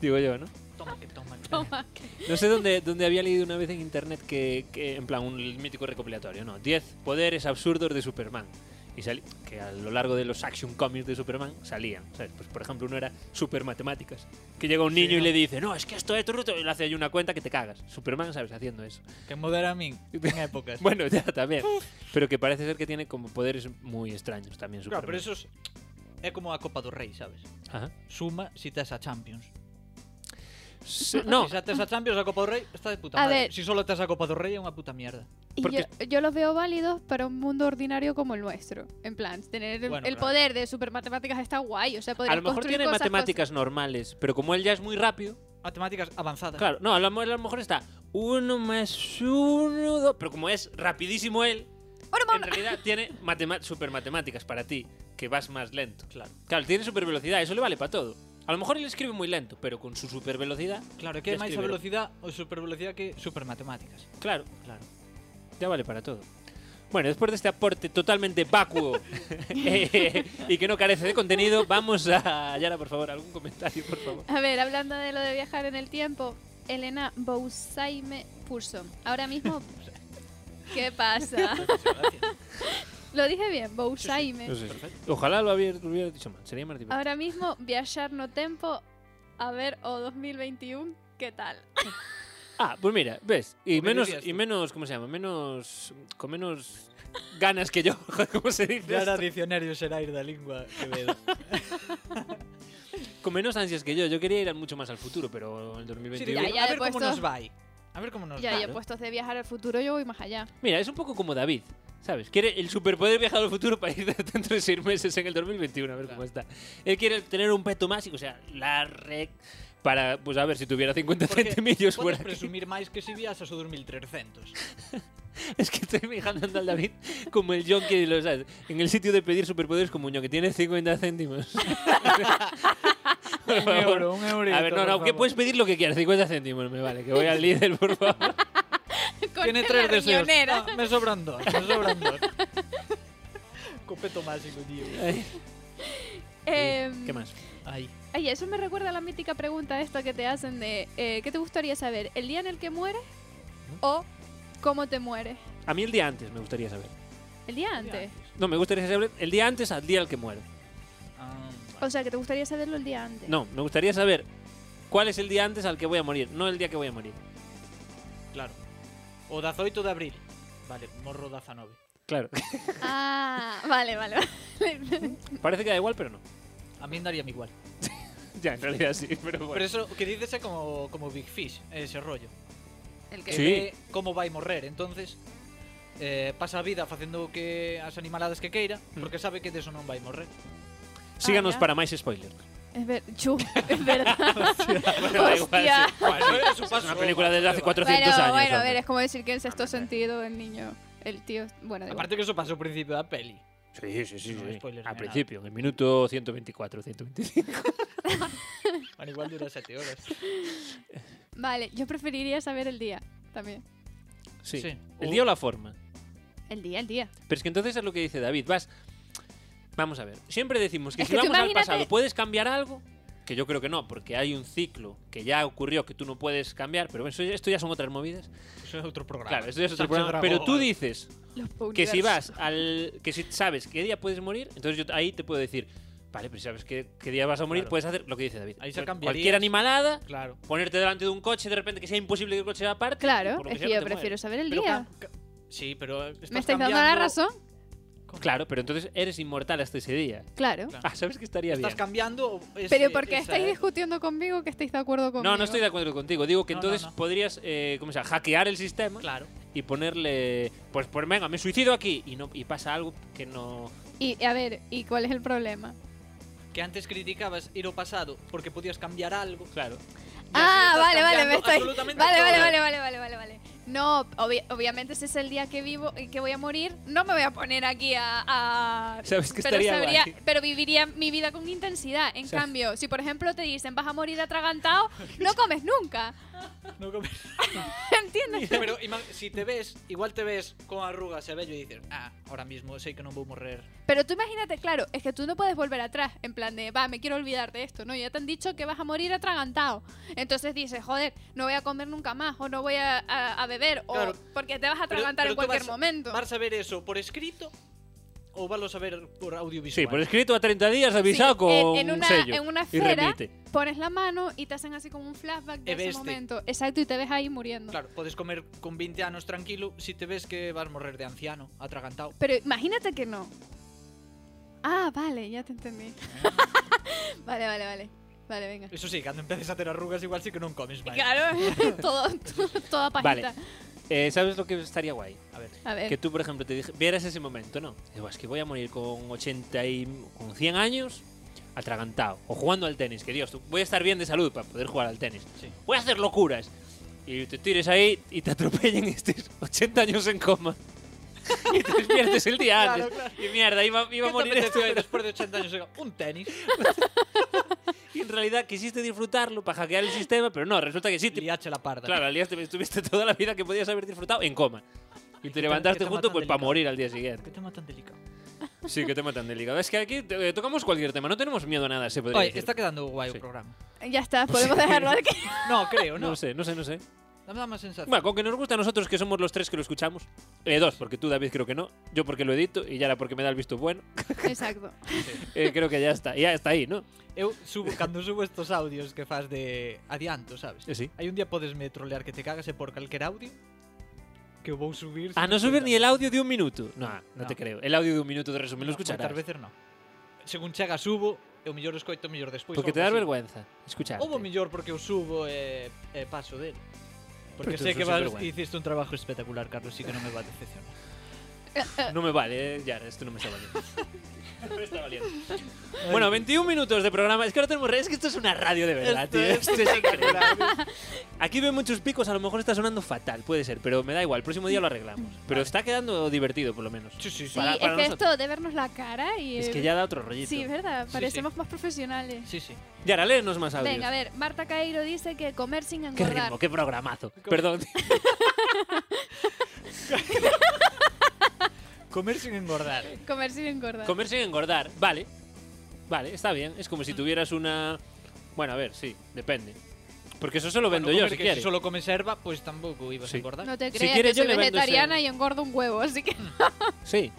S1: digo yo, ¿no?
S3: Toma, que toma.
S2: Toma.
S1: No sé dónde, dónde había leído una vez en internet que, que, en plan, un mítico recopilatorio, ¿no? 10 poderes absurdos de Superman. Y sali- que a lo largo de los action comics de Superman salían. ¿sabes? Pues, por ejemplo, uno era super matemáticas. Que llega un niño y le dice, no, es que esto es ruto. Y le hace ahí una cuenta que te cagas. Superman, ¿sabes? Haciendo eso.
S3: Que modera a mí en épocas.
S1: Bueno, ya también. Pero que parece ser que tiene como poderes muy extraños también Superman.
S3: claro, pero eso es, é como a Copa do Rei, sabes?
S1: Ajá.
S3: Suma si tes a Champions.
S1: Sí, no,
S3: Si xa tes a Champions a Copa do Rei, está de puta
S2: A
S3: madre.
S2: ver.
S3: Si solo tes a Copa do Rei é unha puta mierda.
S2: Y
S1: Porque-
S2: yo, yo los veo válidos para un mundo ordinario como el nuestro. En plan, tener el-
S3: Bueno,
S2: el
S3: claro.
S2: poder de supermatemáticas está guay. O sea,
S1: a
S2: podrías
S1: lo mejor
S2: construir
S1: tiene
S2: cosas,
S1: matemáticas normales, pero como él ya es muy rápido,
S3: Matemáticas avanzadas.
S1: Claro, no, a lo, a lo mejor está uno más uno, dos, pero como es rapidísimo él,
S2: cosas- Bueno,
S1: en
S2: bueno,
S1: realidad tiene matema- super matemáticas para ti, que vas más lento. Claro, claro tiene super velocidad, eso le vale para todo. A lo mejor él escribe muy lento, pero con su super velocidad,
S3: Claro, que é máis a
S1: Descríbelo.
S3: velocidad ou supervelocidade que supermatemáticas.
S1: claro,
S3: Claro.
S1: ya vale para todo. Bueno, después de este aporte totalmente vacuo eh, y que no carece de contenido, vamos a Yara, por favor, algún comentario, por favor.
S2: A ver, hablando de lo de viajar en el tiempo, Elena Bousaime puso. Ahora mismo. ¿Qué pasa? Lo dije bien, Bousaime.
S1: No sé. Ojalá lo hubiera, lo hubiera dicho mal, sería más divertido.
S2: Ahora mismo, viajar no tempo, a ver, o 2021, ¿qué tal?
S1: Ah, pues mira, ves, y
S3: Hombre,
S1: menos,
S3: dirías
S1: y
S3: tú.
S1: menos, ¿cómo se llama? Menos, con menos ganas que yo, ¿cómo se dice?
S3: Ya era
S1: esto?
S3: diccionario será ir da lingua que vedo.
S1: Con menos ansias que yo, yo quería ir mucho más al futuro, pero el 2021...
S2: digo- Ya, ya
S3: a
S2: he
S3: ver como
S2: puesto-
S3: nos vai. A ver como nos
S2: Ya,
S3: vai.
S2: ya puestos de viajar al futuro, yo voy más allá.
S1: Mira, es un poco como David, ¿sabes? Quiere el superpoder viajar al futuro para ir dentro de seis meses en el 2021, a ver cómo está. Él quiere tener un peto mágico, o sea, la rec... Para, pues a ver, si tuviera 50
S3: Porque
S1: centimillos fuera...
S3: Podes
S1: aquí.
S3: presumir máis que si viaxas o 2300.
S1: Es que estoy fijando al David como el John que lo sabes. En el sitio de pedir superpoderes como un que tiene 50 céntimos. Por
S3: un
S1: favor.
S3: euro, un euro.
S1: A ver, no, no, que puedes pedir lo que quieras, 50 céntimos, me vale, que voy al líder, por favor.
S2: Con
S3: Tiene
S2: la
S3: tres deseos. Ah,
S2: riñonera.
S3: No, me sobran dos, me sobran dos. Copeto mágico, tío.
S1: Ay,
S2: Em,
S1: ¿Qué más?
S3: Ay.
S2: Ay, eso me recuerda a la mítica pregunta esta que te hacen de eh, ¿qué te gustaría saber? ¿El día en el que mueres o cómo te mueres?
S1: A mí el día antes me gustaría saber.
S2: El día antes.
S1: No, me gustaría saber el día antes al día al que muero.
S3: Ah,
S2: O sea, que te gustaría saberlo el día antes.
S1: No, me gustaría saber cuál es el día antes al que voy a morir, no el día que voy a morir.
S3: claro. O 18 de abril. Vale, morro 19.
S1: Claro,
S2: Ah, vale, vale. vale.
S1: parece que da igual, pero no.
S3: A mí daría igual.
S1: Ya, en realidad sí, pero
S3: Pero
S1: bueno.
S3: eso que dices é como, como Big Fish, ese rollo.
S2: El que-
S3: que
S1: Sí.
S3: ve como vai morrer. Entonces, eh, pasa a vida facendo o que as animaladas que queira,
S1: Mm.
S3: porque sabe que deso non vai morrer.
S1: Síganos
S2: Ah, ya.
S1: para máis spoilers.
S2: Es, ver... Chu, es verdad.
S1: Bueno, da igual,
S2: Hostia.
S1: sí. Bueno,
S3: Eso
S1: es una
S3: pasó,
S1: película desde hace
S3: vale,
S1: 400
S2: Bueno,
S1: años.
S2: bueno, a ver,
S1: hombre.
S2: es como decir que el sexto sentido el niño, el tío, bueno, da igual.
S3: Aparte que eso pasa ao principio da peli.
S1: Sí, sí, sí.
S3: No,
S1: sí.
S3: spoilers
S1: Al
S3: ni nada.
S1: principio, en el minuto 124, 125.
S3: Bueno, igual dura 7 horas.
S2: Vale, yo preferiría saber el día también.
S1: Sí.
S3: Sí. Uh.
S1: El día o la forma.
S2: El día, el día.
S1: Pero es que entonces es lo que dice David. Vas. Vamos a ver. Siempre decimos que
S2: Es
S1: si
S2: que tú
S1: vamos al
S2: imagínate-
S1: pasado, ¿puedes cambiar algo? Que yo creo que no, porque hay un ciclo que ya ocurrió que tú no puedes cambiar. Pero bueno, eso- esto ya son otras movidas.
S3: Eso é outro programa.
S1: Claro, esto ya es otro
S3: Sánchez
S1: problema.
S3: Dragón.
S1: Pero tú dices
S2: Los
S1: que si
S2: universos.
S1: vas al. que si sabes qué día puedes morir, entonces yo ahí te puedo decir. Vale, pero si sabes qué, qué día vas a morir,
S3: Claro.
S1: puedes hacer lo que dice David.
S3: Ahí se cambiarías.
S1: Cualquier animalada,
S3: Claro.
S1: ponerte delante de un coche de repente que sea imposible que el coche aparte.
S2: Claro,
S1: por lo que
S2: es
S1: sea,
S2: que
S1: no
S2: yo
S1: te
S2: prefiero
S1: mueres.
S2: saber el
S3: Pero
S2: día.
S3: ca- ca- Sí, pero estás
S2: ¿Me estáis dando la
S3: cambiando-
S2: razón?
S1: Claro, pero entonces eres inmortal hasta ese día.
S2: Claro.
S3: Claro.
S1: Ah, ¿sabes que estaría bien?
S3: Estás cambiando ese-
S2: Pero ¿por qué
S3: esa-
S2: estáis discutiendo conmigo que estáis de acuerdo conmigo?
S1: No, no estoy de acuerdo contigo. Digo que
S3: No, no,
S1: entonces
S3: no.
S1: podrías, eh, ¿cómo se llama? Hackear el sistema
S3: Claro.
S1: y ponerle, pues, pues venga, me suicido aquí y no y pasa algo que no.
S2: Y a ver, ¿y cuál es el problema?
S3: Que antes criticabas ir ao pasado porque podías cambiar algo.
S1: Claro.
S3: y así
S2: Ah,
S3: estás
S2: vale, vale,
S3: cambiando
S2: me estoy.
S3: absolutamente
S2: Vale, vale,
S3: todo.
S2: vale, vale, vale, vale, vale. No, obvi- obviamente si es el día que vivo eh, que voy a morir, no me voy a poner aquí a... a-
S1: Sabes que
S2: pero,
S1: estaría
S2: sabría-
S1: guay.
S2: pero viviría mi vida con intensidad. En
S1: sea-
S2: cambio, si por ejemplo te dicen vas a morir atragantado, no comes nunca.
S3: No comes.
S2: ¿Entiendes?
S3: Pero ima- si te ves, igual te ves con arrugas e vello y dices, ah, ahora mismo sei que non vou morrer.
S2: Pero tú imagínate, claro, es que tú no puedes volver atrás, en plan de, va, me quiero olvidar de esto, ¿no? Ya te han dicho que vas a morir atragantado. Entonces dices, joder, no voy a comer nunca más, o no voy a, a- a beber,
S3: Claro.
S2: o porque te vas a
S3: Pero-
S2: atragantar
S3: pero
S2: en
S3: tú
S2: cualquier
S3: vas-
S2: momento.
S3: Vas a ver eso por escrito ou valo a ver por audiovisual?
S1: Sí, por escrito a 30 días
S2: Sí,
S1: avisado con
S2: en, en
S1: un
S2: una,
S1: sello.
S2: en una
S1: y
S2: esfera
S1: remite.
S2: pones la mano y te hacen así como un flashback de
S3: E
S2: ese
S3: veste.
S2: momento. Exacto, y te ves ahí muriendo.
S3: Claro, podes comer con 20 anos tranquilo si te ves que vas morrer de anciano, atragantado.
S2: Pero imagínate que no. Ah, vale, ya te entendí. vale, vale, vale. Vale, venga.
S3: Eso sí, cando empeces a ter arrugas igual sí que ah, non comes máis.
S2: Claro, todo, todo- toda pajita.
S1: Vale. Eh, ¿Sabes lo que estaría guay?
S3: A ver,
S2: A ver.
S1: Que tú, por ejemplo, te dije, vieras ese momento, ¿no? Digo, es que voy a morir con 80 y con 100 años atragantado o jugando al tenis, que Dios, tú- voy a estar bien de salud para poder jugar al tenis.
S3: Sí.
S1: Voy a hacer locuras. Y te tires ahí y te atropellen y estés 80 años en coma. y te despiertes el día
S3: Claro,
S1: antes. Y mierda, iba, iba a
S3: Que
S1: morir este
S3: te apetece
S1: esto.
S3: hoy despois de 80 años diga, un tenis,
S1: Y en realidad quisiste disfrutarlo para hackear el sistema, pero no, resulta que sí. te-
S3: liache la parda.
S1: Claro, al día te- estuviste toda la vida que podías haber disfrutado en coma. Y te
S3: te- que
S1: levantaste
S3: te
S1: justo
S3: matan
S1: pues
S3: del
S1: para
S3: hígado.
S1: morir al día
S3: Que
S1: siguiente.
S3: tema tan delicado.
S1: Sí, que te matan del hígado. Es que aquí eh, tocamos cualquier tema, no tenemos miedo a nada, se podría
S3: Oye,
S1: decir.
S3: está quedando guai
S1: Sí.
S3: o programa.
S2: Ya está, podemos dejarlo aquí.
S3: No, creo,
S1: No
S3: no.
S1: lo sé, no sé, no sé.
S3: Dame la má sensación.
S1: Bueno, con que nos gusta a nosotros, que somos los tres que lo escuchamos. Eh, dos, porque tú, David, creo que no. Yo porque lo edito y Yara porque me da el visto bueno.
S2: Exacto.
S1: Eh, creo que ya está. Ya está ahí, ¿no?
S3: Eu subo, cando subo estos audios que fas de adianto, sabes?
S1: Eh, sí.
S3: Hai un día podesme trolear que te cagas e por calquer audio que eu vou subir.
S1: A Ah, no subir ni el audio de un minuto. No, no,
S3: No.
S1: te creo. El audio de un minuto de resumen lo escucharás.
S3: Moitas veces non. Según chega subo, e o mellor escoito, o mellor despois.
S1: Porque
S3: ou
S1: te da
S3: algo así.
S1: vergüenza escuchar.
S3: Ou o mellor porque eu subo e, e paso del.
S1: Pero
S3: Porque
S1: tú
S3: sei
S1: sos
S3: que vas,
S1: sinvergüenza.
S3: hiciste un trabajo espectacular, Carlos, e que non me va a decepcionar.
S1: No me vale, eh, Yara, esto no me está valiendo. No me está valiendo. Bueno, 21 minutos de programa. Es que ahora tenemos. re- Es que esto es una radio de verdad,
S3: Esto
S1: tío.
S3: es
S1: Esto es increíble. Aquí veo muchos picos, a lo mejor está sonando fatal, puede ser, pero me da igual. El próximo día lo arreglamos. Pero está quedando divertido, por lo menos.
S3: Sí,
S2: Sí,
S3: sí, sí.
S1: Para-
S2: es
S1: para
S2: que
S1: nosotros.
S2: esto de vernos la cara y.
S1: Es que ya da otro rollito.
S2: Sí, verdad,
S3: Sí,
S2: parecemos más
S3: Sí,
S2: profesionales.
S3: sí. sí.
S1: Yara, léenos más audios.
S2: Venga, a ver, Marta Cairo dice que comer sin
S1: qué
S2: engordar.
S1: ritmo, qué programazo. Perdón.
S3: Comer sin engordar.
S2: Comer sin engordar.
S1: Comer sin engordar. Vale. Vale, está bien. Es como si tuvieras una. Bueno, a ver, sí, depende. Porque eso se lo vendo
S3: Bueno,
S1: yo,
S3: comer
S1: si
S3: que
S1: quieres.
S3: solo comes herba, pues tampouco ibas
S1: Sí.
S3: a engordar.
S2: no te
S1: Si
S2: creas,
S1: quieres,
S2: yo
S1: yo
S2: soy
S1: le vendo
S2: vegetariana
S1: ese-
S2: y engordo un huevo, así que.
S1: Sí.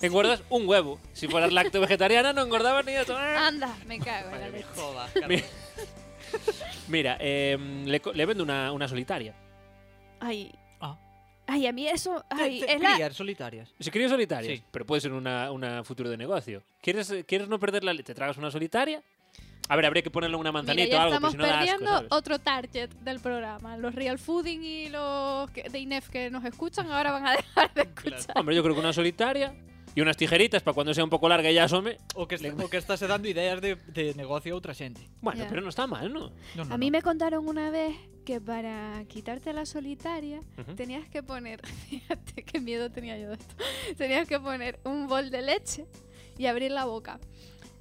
S1: Engordas un huevo. Si fueras lacto vegetariana no engordabas ni eso.
S2: Anda, me cago en la
S1: Madre
S2: leche.
S3: Joda,
S1: Mi-
S3: Carlos.
S1: Mira, em, le, co- le vendo una, una solitaria.
S2: Ay.
S3: Ah.
S2: Ay, a mí eso. Ay,
S3: Te- te-
S2: es la.
S3: crías solitarias.
S1: Si quieres solitarias,
S3: Sí.
S1: pero puede ser una, una futuro de negocio. ¿Quieres, eh, ¿Quieres no perder la leche? ¿Te tragas una solitaria? A ver, habría que ponerle una
S2: Mira,
S1: manzanita
S2: ya
S1: o algo,
S2: estamos
S1: porque si no da asco,
S2: perdiendo
S1: ¿sabes?
S2: otro target del programa. Los real fooding y los que- de INEF que nos escuchan ahora van a dejar de escuchar.
S1: Hombre, yo creo que una solitaria y unas tijeritas para cuando sea un poco larga y ya asome.
S3: O que, está, o que estás dando ideas de, de negocio a outra xente.
S1: Bueno,
S2: Ya.
S1: pero no está mal, ¿no?
S3: No, no,
S2: A mí
S3: no.
S2: me contaron una vez que para quitarte la solitaria
S3: ¿Mm?
S1: Ujú.
S2: tenías que poner, fíjate qué miedo tenía yo de esto, tenías que poner un bol de leche y abrir la boca.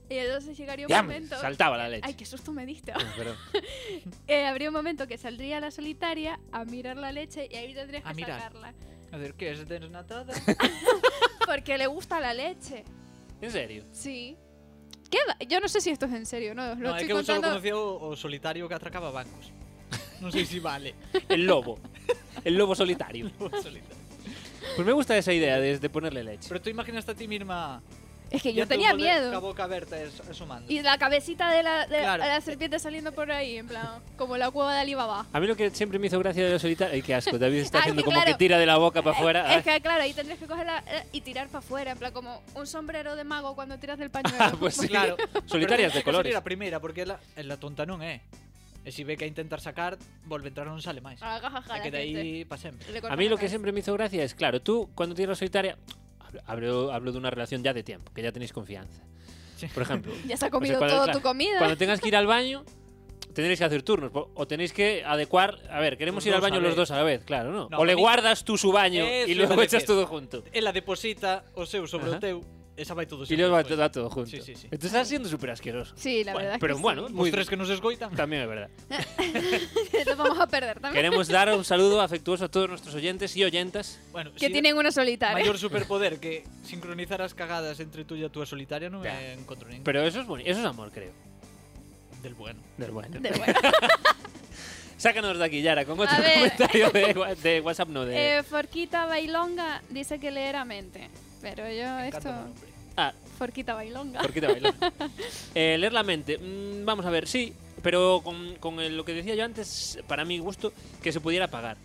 S2: Y entonces llegaría un
S1: Ya,
S2: momento...
S1: saltaba la leche.
S2: Ay, qué susto me diste.
S1: No, pero-
S2: Eh, habría un momento que saldría la solitaria a mirar la leche y ahí tendrías
S3: A
S2: que
S3: mirar.
S2: sacarla.
S3: A ver, ¿qué es desnatada?
S2: Porque le gusta la leche.
S1: En serio.
S2: Sí. ¿Qué va? Yo no sé si esto es en serio, no, os lo
S3: no, é
S2: estoy
S3: que eu só
S2: contando.
S3: conocía o, o solitario que atracaba bancos. Non sei se si vale.
S1: El lobo. El lobo solitario.
S3: o solitario.
S1: Pues me gusta esa idea de, de ponerle leche.
S3: Pero tú imaginaste a ti misma...
S2: Es que
S3: ya
S2: yo
S3: tú
S2: tenía
S3: poder-
S2: miedo.
S3: Ca boca aberta e as- asomando.
S2: Y la cabecita de la, de
S3: Claro.
S2: la serpiente saliendo por ahí, en plan, como la cueva de Alibaba.
S1: A mí lo que siempre me hizo gracia de la solitaria. Ay, qué asco. David está
S2: Ay,
S1: haciendo
S2: que
S1: como
S2: claro.
S1: que tira de la boca para afuera.
S2: Es que, claro, ahí tendrías que cogerla eh, y tirar para afuera, en plan, como un sombrero de mago cuando tiras del pañuelo.
S1: Ah, pues sí.
S3: Claro.
S1: Solitarias de colores.
S3: Sería a primeira, porque ela, ela tonta non é. E se ve que a intentar sacar, volve a entrar non sale máis.
S2: Agajaja,
S3: e
S2: la
S3: que de aí
S2: Ah, gente.
S3: pa sempre.
S2: Le
S1: A
S2: cortan
S1: mí
S2: la
S1: lo que
S2: cabeza.
S1: siempre me hizo gracia es, claro, tú cuando tienes la solitaria, hablo- hablo, hablo de una relación ya de tiempo, que ya tenéis confianza.
S3: Sí.
S1: Por ejemplo,
S2: Ya se ha comido
S1: Pues cuando-
S2: toda
S1: claro,
S2: tu comida.
S1: cuando tengas que ir al baño, tendréis que hacer turnos. po- O tenéis que adecuar. A ver, queremos
S3: Los
S1: ir al
S3: dos a
S1: baño los
S3: vez.
S1: dos a la vez, claro, ¿no?
S3: No,
S1: o le
S3: para mí-
S1: guardas tú su baño
S3: Eso
S1: y
S3: iba
S1: luego
S3: a
S1: echas
S3: decir.
S1: todo junto.
S3: Ela deposita o seu sobre
S1: Ajá.
S3: o teu, esa vai todo pois.
S1: Y luego va,
S3: despois.
S1: va todo junto.
S3: Sí, sí, sí.
S1: Entonces está siendo súper asqueroso.
S2: Sí, la
S3: Bueno,
S2: verdad es
S1: Pero
S2: que
S1: bueno, muy,
S3: Os tres que nos escoitan.
S1: también es verdad.
S2: sí. lo vamos a perder también.
S1: Queremos dar un saludo afectuoso a todos nuestros oyentes y oyentas.
S3: Bueno,
S2: Que tienen una solitaria.
S3: maior superpoder que sincronizar as cagadas entre tú e a túa solitaria non é encontro nin
S1: Pero eso es, boni- eso es amor, creo.
S3: del bueno.
S1: Del bueno.
S2: De- bueno.
S1: Sácanos de aquí, Yara, con otro
S2: A ver.
S1: comentario de, wa- de WhatsApp, no de.
S2: Eh, Forquita Bailonga dice que leer a mente. Pero yo esto.
S3: Encántame o nombre.
S1: Ah,
S2: Forquita Bailonga.
S1: ¿por qué te bailo? Eh, leer la mente. Mm, vamos a ver, sí, pero con, con el- lo que decía yo antes, para mi gusto, que se pudiera pagar.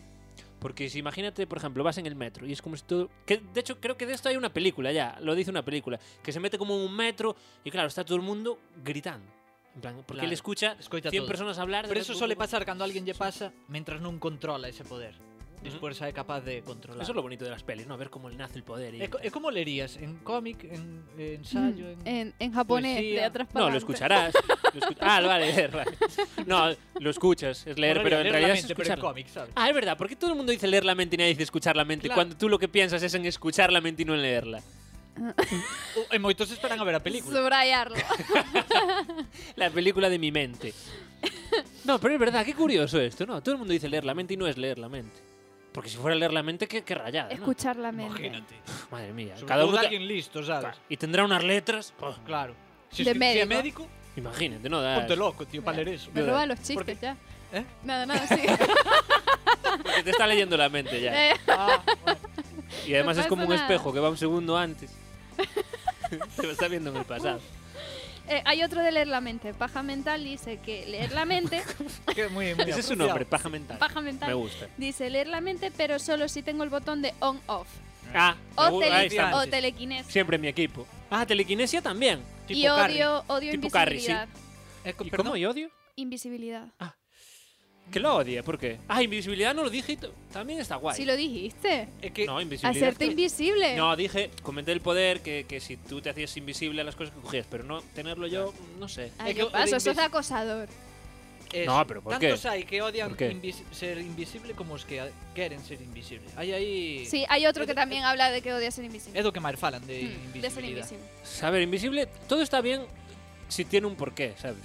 S1: Porque si imagínate, por ejemplo, vas en el metro y es como si todo. Que, de hecho, creo que de esto hay una película ya, lo dice una película, que se mete como en un metro y claro, está todo el mundo gritando. En plan, porque
S3: Claro,
S1: él escucha
S3: escoita
S1: 100
S3: todo.
S1: personas hablar.
S3: Pero
S1: de-
S3: eso sole pasar cando alguén lle pasa mentras non controla ese poder. Despois é capaz de controlar.
S1: Eso es lo bonito de las pelis, ¿no? Ver cómo le nace el poder. Y...
S3: E, co- e como lerías? En cómic, en, en ensayo, en...
S2: Mm, En, en japonés, de
S3: Poesía.
S2: atrás para
S1: No, lo
S2: adelante.
S1: escucharás. lo escu- Ah, vale, leer, vale. No, lo escuchas, es leer,
S3: Molaría
S1: pero en
S3: leer la
S1: realidad es
S3: mente, pero en
S1: escucharlo.
S3: cómic, ¿sabes?
S1: Ah, es verdad, porque todo el mundo dice leer la mente y nadie dice escuchar la mente,
S3: Claro.
S1: cuando tú lo que piensas es en escuchar la mente y no en leerla.
S3: O- En moitos esperan a ver a película.
S2: Subrayarlo.
S1: La película de mi mente. No, pero es verdad, qué curioso esto, ¿no? Todo el mundo dice leer la mente y no es leer la mente. Porque si fuera leer la mente, qué, qué rayada, ¿no?
S2: Escuchar la mente.
S3: Imagínate.
S1: Pf, Madre mía,
S3: Sobre
S1: cada
S3: todo
S1: uno...
S3: de
S1: te-
S3: alguén listo, sabes?
S1: Y tendrá unas letras... oh,
S3: Claro. Si,
S2: De
S3: es, que- si é
S2: médico.
S3: médico,
S1: imagínate, ¿no? Da-
S3: ponte loco, tío, para ler eso.
S2: Me roba los chistes
S3: Porque-
S2: ya.
S3: ¿Eh?
S2: Nada, nada, sí.
S1: Porque te está leyendo la mente ya.
S2: Eh,
S3: Ah, bueno.
S1: Y además
S2: No
S1: es como un
S2: pasa nada.
S1: espejo que va un segundo antes. Se lo está viendo en el pasado.
S2: eh, hay otro de leer la mente. Paja mental dice que leer la mente.
S3: que muy,
S1: Ese
S3: muy
S1: es su
S3: apreciado.
S1: nombre, paja mental.
S2: paja
S1: Me
S2: mental.
S1: gusta.
S2: Dice leer la mente, pero solo si tengo el botón de on-off.
S1: Ah, me
S2: O,
S1: gu- ahí
S2: tele-
S1: estamos.
S2: o telequinesis.
S1: Siempre en mi equipo. Ah, telequinesia también. Pues
S3: Tipo
S2: Y
S3: Carrie.
S2: odio, odio
S1: Tipo Carrie, sí. Ah,
S2: invisibilidad.
S3: Eh, co-
S1: ¿Y
S3: perdón.
S1: cómo y odio?
S2: Invisibilidad.
S1: Que lo odie, ¿por qué? Ah, invisibilidad no lo dije. y t- También está guay.
S2: Si lo dijiste.
S3: É que
S1: No, invisibilidad.
S2: Hacerte invisible.
S1: No, dije, comenté el poder, que, que si tú te hacías invisible a las cosas que cogías, pero no tenerlo yo, no sé.
S2: Ay,
S3: Es
S2: yo
S3: que-
S2: paso,
S3: de
S2: eso es
S3: invis-
S2: acosador.
S3: es-
S1: No, pero ¿por qué?
S3: Tantos hai que odian
S1: ¿Por qué?
S3: invis- ser invisible como os que a- queren ser invisible. Hai aí...
S2: Sí, hay otro
S3: Es-
S2: que también habla de que odia ser
S3: É
S2: invisible.
S3: do que máis falan
S2: Mm,
S3: de
S2: de ser
S3: invisibilidade.
S2: invisible.
S1: Saber, invisible, todo está bien si tiene un porqué, ¿sabes?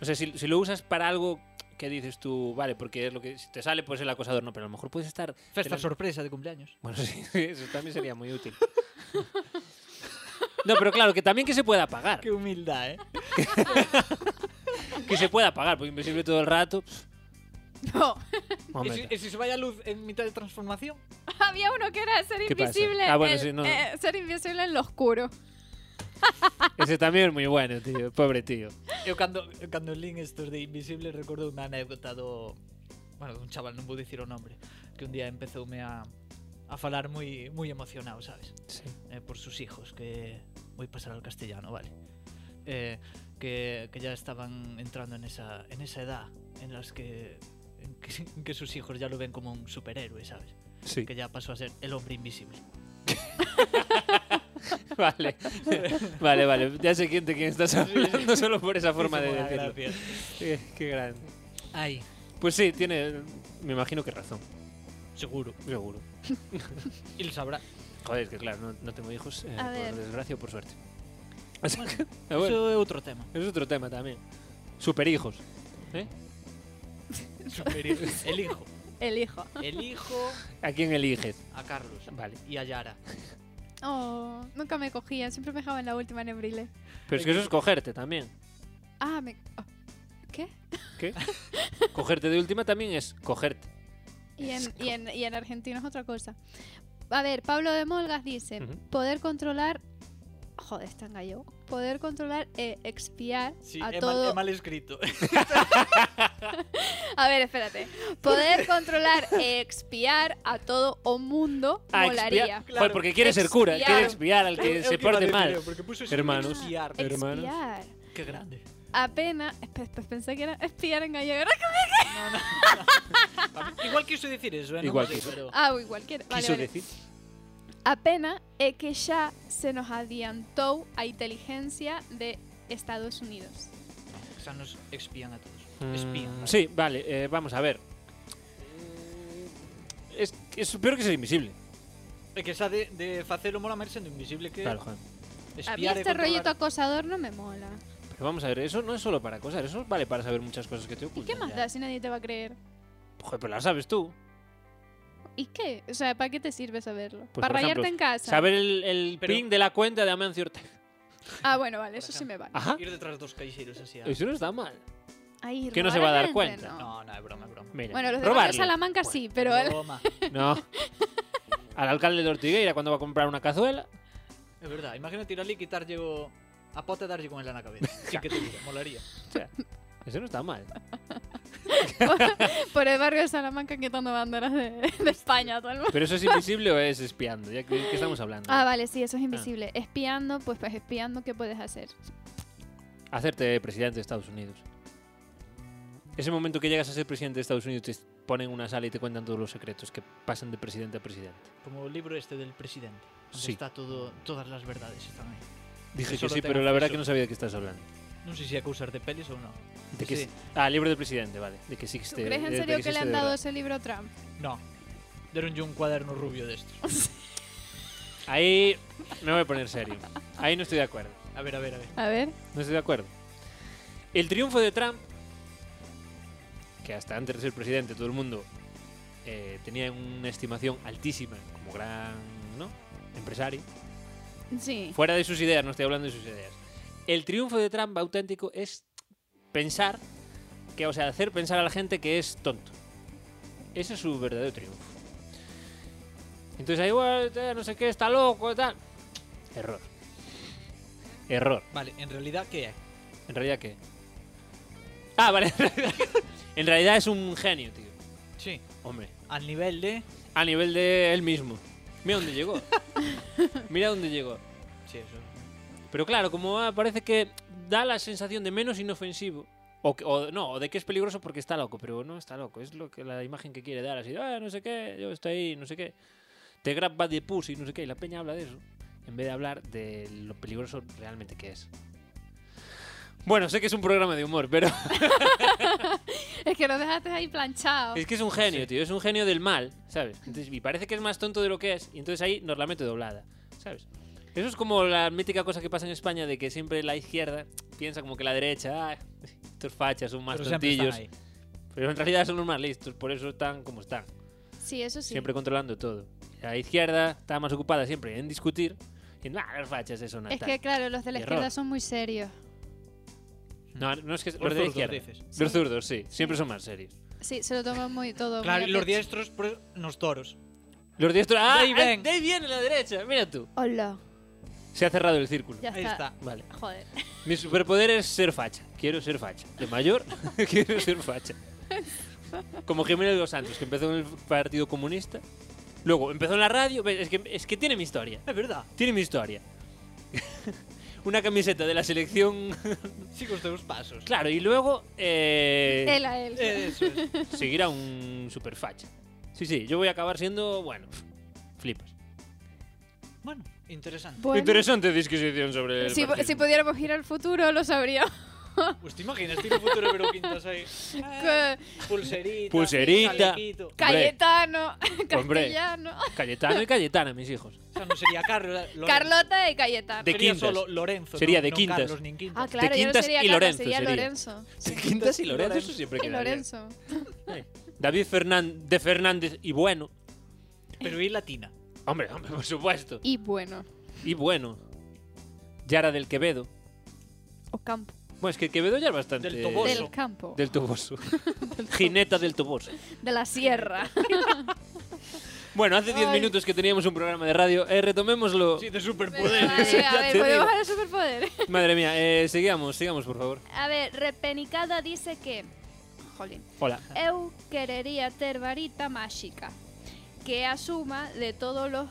S1: O sea, si, si lo usas para algo que dices tú, vale, porque es lo que si te sale, pues el acosador no, pero a lo mejor puedes estar.
S3: Festa
S1: Pero-
S3: sorpresa de cumpleaños.
S1: Bueno, sí, sí, eso también sería muy útil. No, pero claro, que también que se pueda pagar.
S3: Que humildade, eh?
S1: Que se pueda pagar, porque invisible todo el rato. pff,
S2: No,
S3: E si,
S1: momento.
S3: e si se vai a luz en mitad de transformación?
S2: había uno que era ser
S1: ¿Qué pasa?
S2: invisible.
S1: Ah, bueno,
S2: el-
S1: sí, no.
S2: eh, ser invisible en lo oscuro.
S1: Ese también es muy bueno, tío. Pobre tío.
S3: Eu cando, eu cando lin estos de Invisible recordo unha anécdota do... Bueno, dun chaval, non vou dicir o nombre Que un día empezoume a, a falar moi moi emocionado, sabes?
S1: Sí.
S3: Eh, por sus hijos, que... Vou pasar al castellano, vale eh, que, que ya estaban entrando en esa, en esa edad en las que, en que, en que sus hijos ya lo ven como un superhéroe, ¿sabes?
S1: Sí.
S3: Que ya pasó a ser el hombre invisible.
S1: Vale. Vale, vale. Ya sé quién de quién estás hablando solo por esa forma de
S3: Muchísimas
S1: decirlo.
S3: gracias.
S1: Qué, qué grande.
S3: Ay,
S1: Pues sí, tiene. Me imagino que razón,
S3: seguro.
S1: seguro.
S3: Y lo sabrá.
S1: Joder, es que claro, no, no tengo hijos, eh,
S2: A
S1: por
S2: ver.
S1: desgracia o por suerte. O sea
S3: Bueno,
S1: que- ah, bueno,
S3: Eso es otro tema.
S1: es otro tema también. Superhijos.
S3: El hijo.
S2: El hijo.
S3: El hijo
S1: ¿A quién eliges?
S3: a Carlos
S1: Vale.
S3: y a Yara.
S2: Oh, nunca me cogían, siempre me dejaban la última en Ebrile.
S1: Pero es que eso es cogerte también.
S2: Ah, me. oh, ¿Qué?
S1: Cogerte de última también es cogerte.
S2: Y en, y, en, y en Argentina es otra cosa. A ver, Pablo de Molgas dice:
S1: Ujú.
S2: poder controlar. Joder, está en gallego. Poder controlar e expiar
S3: Sí,
S2: a
S3: es
S2: todo.
S3: mal, é mal escrito.
S2: A ver, espérate. Poder controlar e expiar a todo o mundo
S1: Ah,
S2: molaría.
S1: expiar. Joder, porque quiere ser cura,
S2: Expiar.
S1: quiere expiar al que se porte mal.
S3: Porque puso
S1: Hermanos.
S3: espiar.
S1: Ah, hermanos.
S2: Expiar.
S3: Qué grande.
S2: Apenas. espe- espe- pensé que era espiar en gallego.
S3: Igual quiso decir eso, ¿eh? No
S1: Igual
S3: sé,
S1: quiso.
S3: pero-
S2: Ah, uy, cualquiera.
S1: Oh.
S2: Vale,
S1: Quiso
S2: vale.
S1: decir.
S2: Apenas é que xa se nos adiantou a inteligencia de Estados Unidos.
S3: O sea, nos expían a todos. espía.
S1: Mm, sí, vale, eh, vamos a ver. Eh, Es, es peor que ser invisible.
S3: É que esa de, de facelo mola máis sendo invisible que
S1: Claro, Juan.
S2: A mí
S1: e
S2: este rollito acosador no me mola.
S1: Pero vamos a ver, eso no es solo para acosar, eso vale para saber muchas cosas que te
S2: ¿Y
S1: ocultan.
S2: qué más
S1: Pues ya.
S2: da si nadie te va a creer?
S1: Joder, pero la sabes tú.
S2: ¿Y qué? O sea, ¿para qué te sirve saberlo?
S1: Pues,
S2: ¿Para
S1: por ejemplo,
S2: rayarte en casa?
S1: Saber el, el
S3: Pero-
S1: pin de la cuenta de Amancio Ortega.
S2: Ah, bueno, vale, eso
S3: Por
S2: sí me vale.
S1: Ajá.
S3: Ir detrás dos caixeiros así. a-
S1: Eso no está mal.
S2: Ay,
S1: Que no se
S2: robar
S1: va a dar
S2: gente,
S1: cuenta.
S2: no.
S3: No, no, é broma, é broma.
S1: Mira,
S2: Bueno, los de
S1: robarle.
S2: Barrio Salamanca sí, pero...
S3: É broma.
S1: No. Al alcalde de Ortigueira cuando va a comprar una cazuela.
S3: É verdade, imagínate ir ali e quitarlle o... A pota e darlle con ela na cabeza. Sí que te digo, molaría.
S1: Eso no está mal.
S2: Por el barrio de Salamanca quitando banderas de, de España a todo el mundo.
S1: Pero eso es invisible o es espiando, ya que, que estamos hablando.
S2: Ah, vale, sí, eso es invisible. Espiando, pues, pues espiando, ¿qué puedes hacer?
S1: Hacerte presidente de Estados Unidos. Ese momento que llegas a ser presidente de Estados Unidos te ponen en una sala y te cuentan todos los secretos que pasan de presidente a presidente.
S3: Como o libro este del presidente. Onde
S1: Sí.
S3: está todo, todas las verdades están aí.
S1: Dije que
S3: Eso no
S1: sí,
S3: tengo
S1: pero la verdad
S3: acceso.
S1: que no sabía de qué estás hablando.
S3: Non sei se é cousas de pelis ou non.
S1: De que
S3: Sí.
S1: sí- Ah, libro del presidente, vale. De que este sí
S2: ¿Tú crees en serio que le han dado ese libro a Trump?
S3: Non. Deronlle un cuaderno rubio destes.
S1: Ahí me voy a poner serio. Ahí no estoy de acuerdo.
S3: A ver, a ver, a ver.
S2: A ver.
S1: No estoy de acuerdo. El triunfo de Trump, que hasta antes de ser presidente todo el mundo eh, tenía una estimación altísima como gran ¿no? empresario,
S2: Sí.
S1: fuera de sus ideas, no estoy hablando de sus ideas. El triunfo de Trump auténtico es pensar, que, o sea, hacer pensar a la gente que es tonto. Ese es su verdadero triunfo. Entonces, ahí, "Buah, eh, no sé qué, está loco, tal. Error. Error.
S3: Vale, en realidad, que é?
S1: ¿En realidad qué? Ah, vale. en realidad es un genio, tío.
S3: Sí.
S1: Hombre.
S3: Al nivel de...
S1: A nivel de él mismo. Mira dónde llegó. Mira dónde llegó.
S3: Sí, eso.
S1: Pero claro, como ah, parece que da la sensación de menos inofensivo. O, que- o no, o de que es peligroso porque está loco, pero no está loco, es lo que la imagen que quiere dar, así, ah, no sé qué, yo estoy ahí, no sé qué. Te grab de pussy, no sé qué, y la peña habla de eso, en vez de hablar de lo peligroso realmente que es. Bueno, sé que es un programa de humor, pero
S2: Es que lo dejaste ahí planchado.
S1: Es que es un genio, tío. Es un genio del mal, ¿sabes? Entonces, y parece que es más tonto de lo que es. Y entonces ahí nos la mete doblada, ¿sabes? Eso es como la mítica cosa que pasa en España de que siempre la izquierda piensa como que la derecha, ah, estos fachas son más
S3: Pero sempre están
S1: tontillos.
S3: aí.
S1: Pero en realidad son los más listos, por eso están como están.
S2: Sí, eso sí.
S1: Siempre controlando todo. La izquierda está más ocupada siempre en discutir. Y no, los fachas eso no
S2: Es
S1: tal".
S2: que, claro, los de la
S1: Y
S2: izquierda
S1: error.
S2: son muy serios.
S1: No, no es que los,
S3: Los
S1: de la
S3: zurdos,
S1: izquierda.
S3: dices.
S1: Los
S2: Sí.
S1: zurdos, sí. Siempre son más serios.
S2: Sí, se lo toman muy todo.
S3: Claro,
S2: muy
S3: y
S2: a
S3: los
S2: pecho.
S3: diestros por, nos toros.
S1: Los diestros. ¡Ah!
S3: ahí ven.
S1: ¡De ahí viene la derecha! Mira tú.
S2: Hola.
S1: Se ha cerrado el círculo.
S2: Ya
S3: Ahí
S2: está.
S3: está.
S1: Vale.
S2: Joder.
S1: Mi superpoder es ser facha. Quiero ser facha. De mayor, quiero ser facha. Como Jiménez de los Santos, que empezó en el Partido Comunista. Luego empezó en la radio. Ve, Es que, es que tiene mi historia.
S3: É verdad.
S1: Tiene mi historia. Una camiseta de la selección.
S3: Sigo os teus pasos.
S1: Claro, y luego. Eh,
S2: Él a él.
S3: Eh, Eso es.
S1: seguirá un super facha. Sí, sí, yo voy a acabar siendo. Bueno, flipas.
S3: Bueno, interesante.
S2: Bueno,
S1: Interesante disquisición sobre. el
S2: si, po- si
S1: marxismo.
S2: pudiéramos ir al futuro, lo sabríamos.
S3: Pues te imaginas, tiro futuro pero quintas ahí.
S1: Eh.
S3: Ah,
S2: Que-
S3: Pulserita.
S1: Pulserita.
S3: chalequito.
S2: Cayetano,
S1: Hombre.
S2: Castellano.
S1: Cayetano y Cayetana, mis hijos.
S3: O sea, no sería Carlos. Lorenzo.
S2: Carlota y Cayetano.
S1: De
S3: sería
S1: quintas.
S3: solo Lorenzo.
S1: Sería
S3: no-
S1: de
S3: no
S1: quintas.
S3: Carlos, nin quintas.
S2: Ah, claro, yo no
S1: Quintas
S2: sería
S1: y
S2: Carlos,
S1: Lorenzo
S2: sería
S1: sería.
S2: Lorenzo. Sí.
S1: Quintas y Lorenzo, eso siempre
S2: Y
S1: quedaría.
S2: Lorenzo.
S1: David Fernan- de Fernández y bueno.
S2: eh.
S3: Pero y latina.
S1: Hombre, hombre, por supuesto.
S2: Y bueno,
S1: Y bueno. Yara del Quevedo.
S2: Ocampo.
S1: Bueno, es que Quevedo ya es bastante.
S3: Del Toboso.
S2: Del campo.
S1: Del Toboso. Jineta del Toboso.
S2: De la sierra.
S1: Bueno, hace 10
S2: Ay.
S1: minutos que teníamos un programa de radio. Eh, retomémoslo.
S3: Sí, de
S2: Vale,
S3: superpoderes.
S2: a
S1: Ya
S2: ver,
S1: te
S2: podemos
S1: digo.
S2: hablar de superpoderes.
S1: Madre mía, eh, sigamos, sigamos, por favor.
S2: A ver, Repenicada dice que... Jolín.
S1: Hola.
S2: Eu querería ter varita máxica que asuma de todos los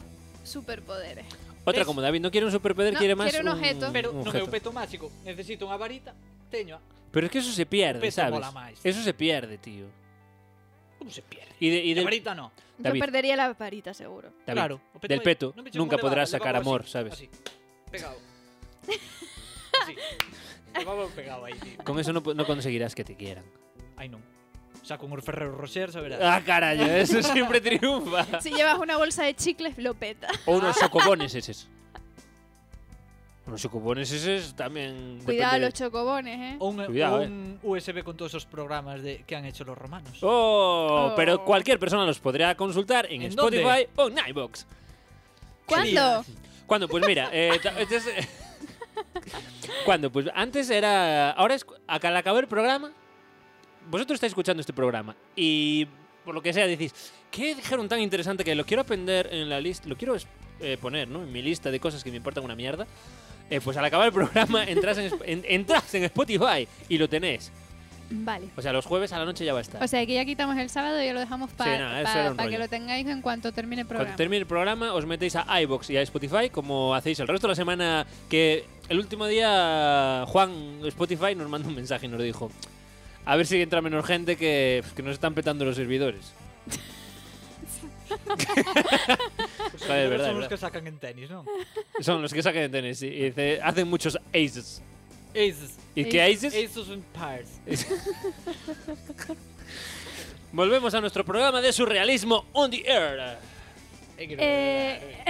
S2: superpoderes.
S1: Otra
S3: ¿Ves?
S1: como David, no quiere un superpoder,
S2: No,
S1: quiere más.
S2: quiere un objeto.
S3: Pero
S1: un
S3: no me
S1: objeto.
S3: peto máxico. Necesito una varita. Teño. a-
S1: Pero es que eso se pierde,
S3: Peto
S1: ¿sabes?
S3: mola más.
S1: Eso se pierde, tío.
S3: ¿Cómo se pierde?
S1: Y, de- y
S3: La
S1: del,
S3: varita no.
S1: David.
S2: Yo perdería la varita, seguro.
S1: David,
S3: claro. o
S1: del
S3: ahí.
S1: peto
S3: No me eches
S1: nunca
S3: como
S1: podrás
S3: le va, le
S1: sacar
S3: va así,
S1: amor, ¿sabes?
S3: Así. Pegado. Así. Le vamos pegado ahí, tío.
S1: Con eso no, po- no conseguirás que te quieran.
S3: Ai non. Xa con os Ferrero Rocher, xa verás.
S1: Ah, carallo, eso siempre triunfa.
S2: Si llevas una bolsa de chicles, lo peta.
S1: O unos chocobones esos. Unos chocobones esos también.
S2: Cuidado
S1: depende
S2: los chocobones, ¿eh?
S3: Ou un,
S1: Cuidado,
S3: ou un USB con todos os programas de que han hecho los romanos.
S1: Oh,
S2: Oh.
S1: pero cualquier persona los podrá consultar en,
S3: ¿En dónde?
S1: Spotify o en iVoox.
S2: ¿Cuándo?
S1: ¿Cuándo? Pues mira, eh, ta- entonces- ¿cuándo? Pues antes era. Ahora es. cu- Al acabar el programa, vosotros estáis escuchando este programa y por lo que sea decís, ¿qué dijeron tan interesante que lo quiero aprender en la lista? Lo quiero es- eh, poner, ¿no? En mi lista de cosas que me importan una mierda. Eh, pues al acabar el programa entras en, Sp- en- entras en Spotify y lo tenéis.
S2: Vale.
S1: O sea, los jueves a la noche ya va a estar.
S2: O sea, que ya quitamos el sábado y ya lo dejamos para
S1: Sí, nada, eso era un
S2: que
S1: rollo.
S2: lo tengáis en cuanto termine el programa.
S1: Cuando termine el programa, os metéis a iBox y a Spotify, como hacéis el resto de la semana. Que el último día, Juan Spotify nos mandó un mensaje y nos dijo: A ver si entra menos gente que, que nos están petando los servidores.
S3: Os
S1: Vale, verdad,
S3: primeros son
S1: verdad.
S3: os que sacan en tenis, non?
S1: Son los que sacan de Tennessee. Y dice: Hacen muchos aces.
S3: Aces.
S1: ¿Y qué aces?
S3: Aces and Pairs.
S1: Volvemos a nuestro programa de surrealismo on the air.
S2: Eh,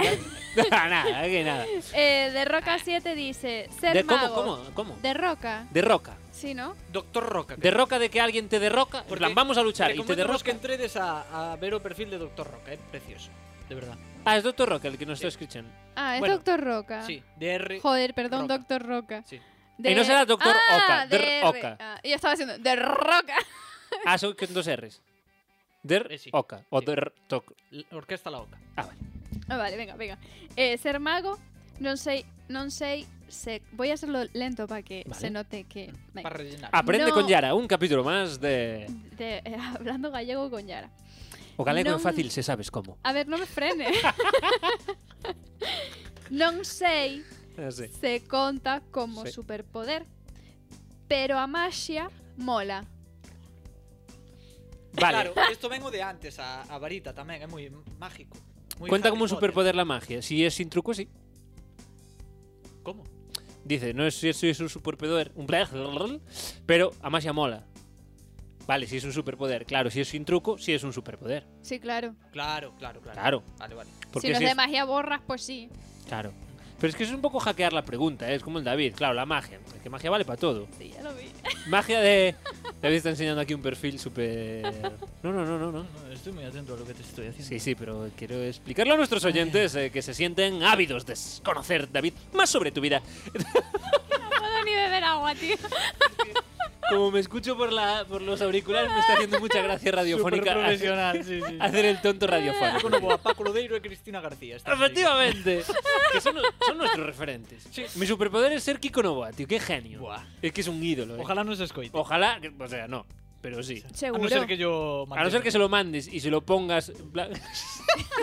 S1: nada, que nada.
S2: eh, de Roca 7 dice, ser
S1: De, ¿Cómo?
S2: mago.
S1: ¿Cómo? ¿Cómo?
S2: De Roca,
S1: De roca.
S2: sí, ¿no?
S3: Doctor Roca.
S1: De roca de que alguien te derroca. En
S3: Porque
S1: plan, vamos a luchar y te
S3: Recomendamos que
S1: derroca.
S3: entredes a, a ver o perfil de Doctor Roca, é precioso, de verdad.
S1: Ah, es Doctor Roca el que nos está escuchando.
S2: Ah, es
S3: Bueno,
S2: Doctor Roca.
S3: Sí, de R.
S2: Joder, perdón,
S3: Roca.
S2: Doctor Roca.
S3: Sí.
S2: De-
S1: Y no será Doctor
S2: Ah,
S1: Oca, de
S2: de-
S1: Roca.
S2: ah, yo estaba haciendo de Roca.
S1: Ah, son con dos R's. Der
S3: Eh, sí.
S1: Oca. O
S3: Sí.
S1: der Toc.
S3: L- Orquesta La Oca.
S2: Ah, vale, venga, venga. Eh, ser mago, non sei, non sei se... Voy a hacerlo lento para que
S1: Vale.
S2: se note que... venga.
S3: Para rellenar.
S1: Aprende
S2: No.
S1: con Yara, un capítulo más de.
S2: De- eh, hablando gallego con Yara.
S1: O galego é
S2: Non.
S1: fácil se sabes como.
S2: A ver, non me frene. non sei
S1: Ah, sí.
S2: se conta como
S1: Sí.
S2: superpoder, pero a maxia mola.
S1: Vale.
S3: Claro, isto vengo de antes, a, a varita tamén, é moi mágico. Moi
S1: Cuenta
S3: Harry
S1: como un
S3: Potter.
S1: superpoder la magia. Si es sin truco, sí.
S3: Como?
S1: Dice, no es si eso es un superpoder. Un bla- Pero a más mola. Vale, si es un superpoder. Claro, si es sin truco, sí es un superpoder.
S2: Sí, claro.
S3: Claro, claro, claro.
S1: Claro.
S3: Vale, vale.
S1: Porque
S2: si los
S1: si
S2: de
S1: es-
S2: magia borras, pues sí.
S1: Claro. Pero es que es un poco hackear la pregunta, ¿eh? es como el David. Claro, la magia. Es que magia vale para todo.
S2: Sí, ya lo vi.
S1: Magia de. David está enseñando aquí un perfil súper. No, no, no, no, no.
S3: No, estoy muy atento a lo que te estoy haciendo.
S1: Sí, sí, pero quiero explicarlo a nuestros oyentes eh, que se sienten ávidos de s- conocer, David, más sobre tu vida.
S2: No puedo ni beber agua, tío.
S1: Como me escucho por, la, por los auriculares, me está haciendo mucha gracia radiofónica
S3: Super
S1: hacer,
S3: profesional, sí, sí.
S1: hacer el tonto
S3: Yo
S1: radiofónico.
S3: conozco a Paco Lodeiro e Cristina García. esta
S1: Efectivamente, que son, son nuestros referentes.
S3: Sí.
S1: Mi superpoder es ser Kiko Novoa, tío, qué genio.
S3: Buah.
S1: Es que es un ídolo.
S3: chica.
S1: eh.
S3: Ojalá nos escoite.
S1: Ojalá, que- o sea, no, pero sí.
S2: Seguro.
S3: A no ser que yo
S1: A no ser que se lo mandes y se lo pongas. en plan-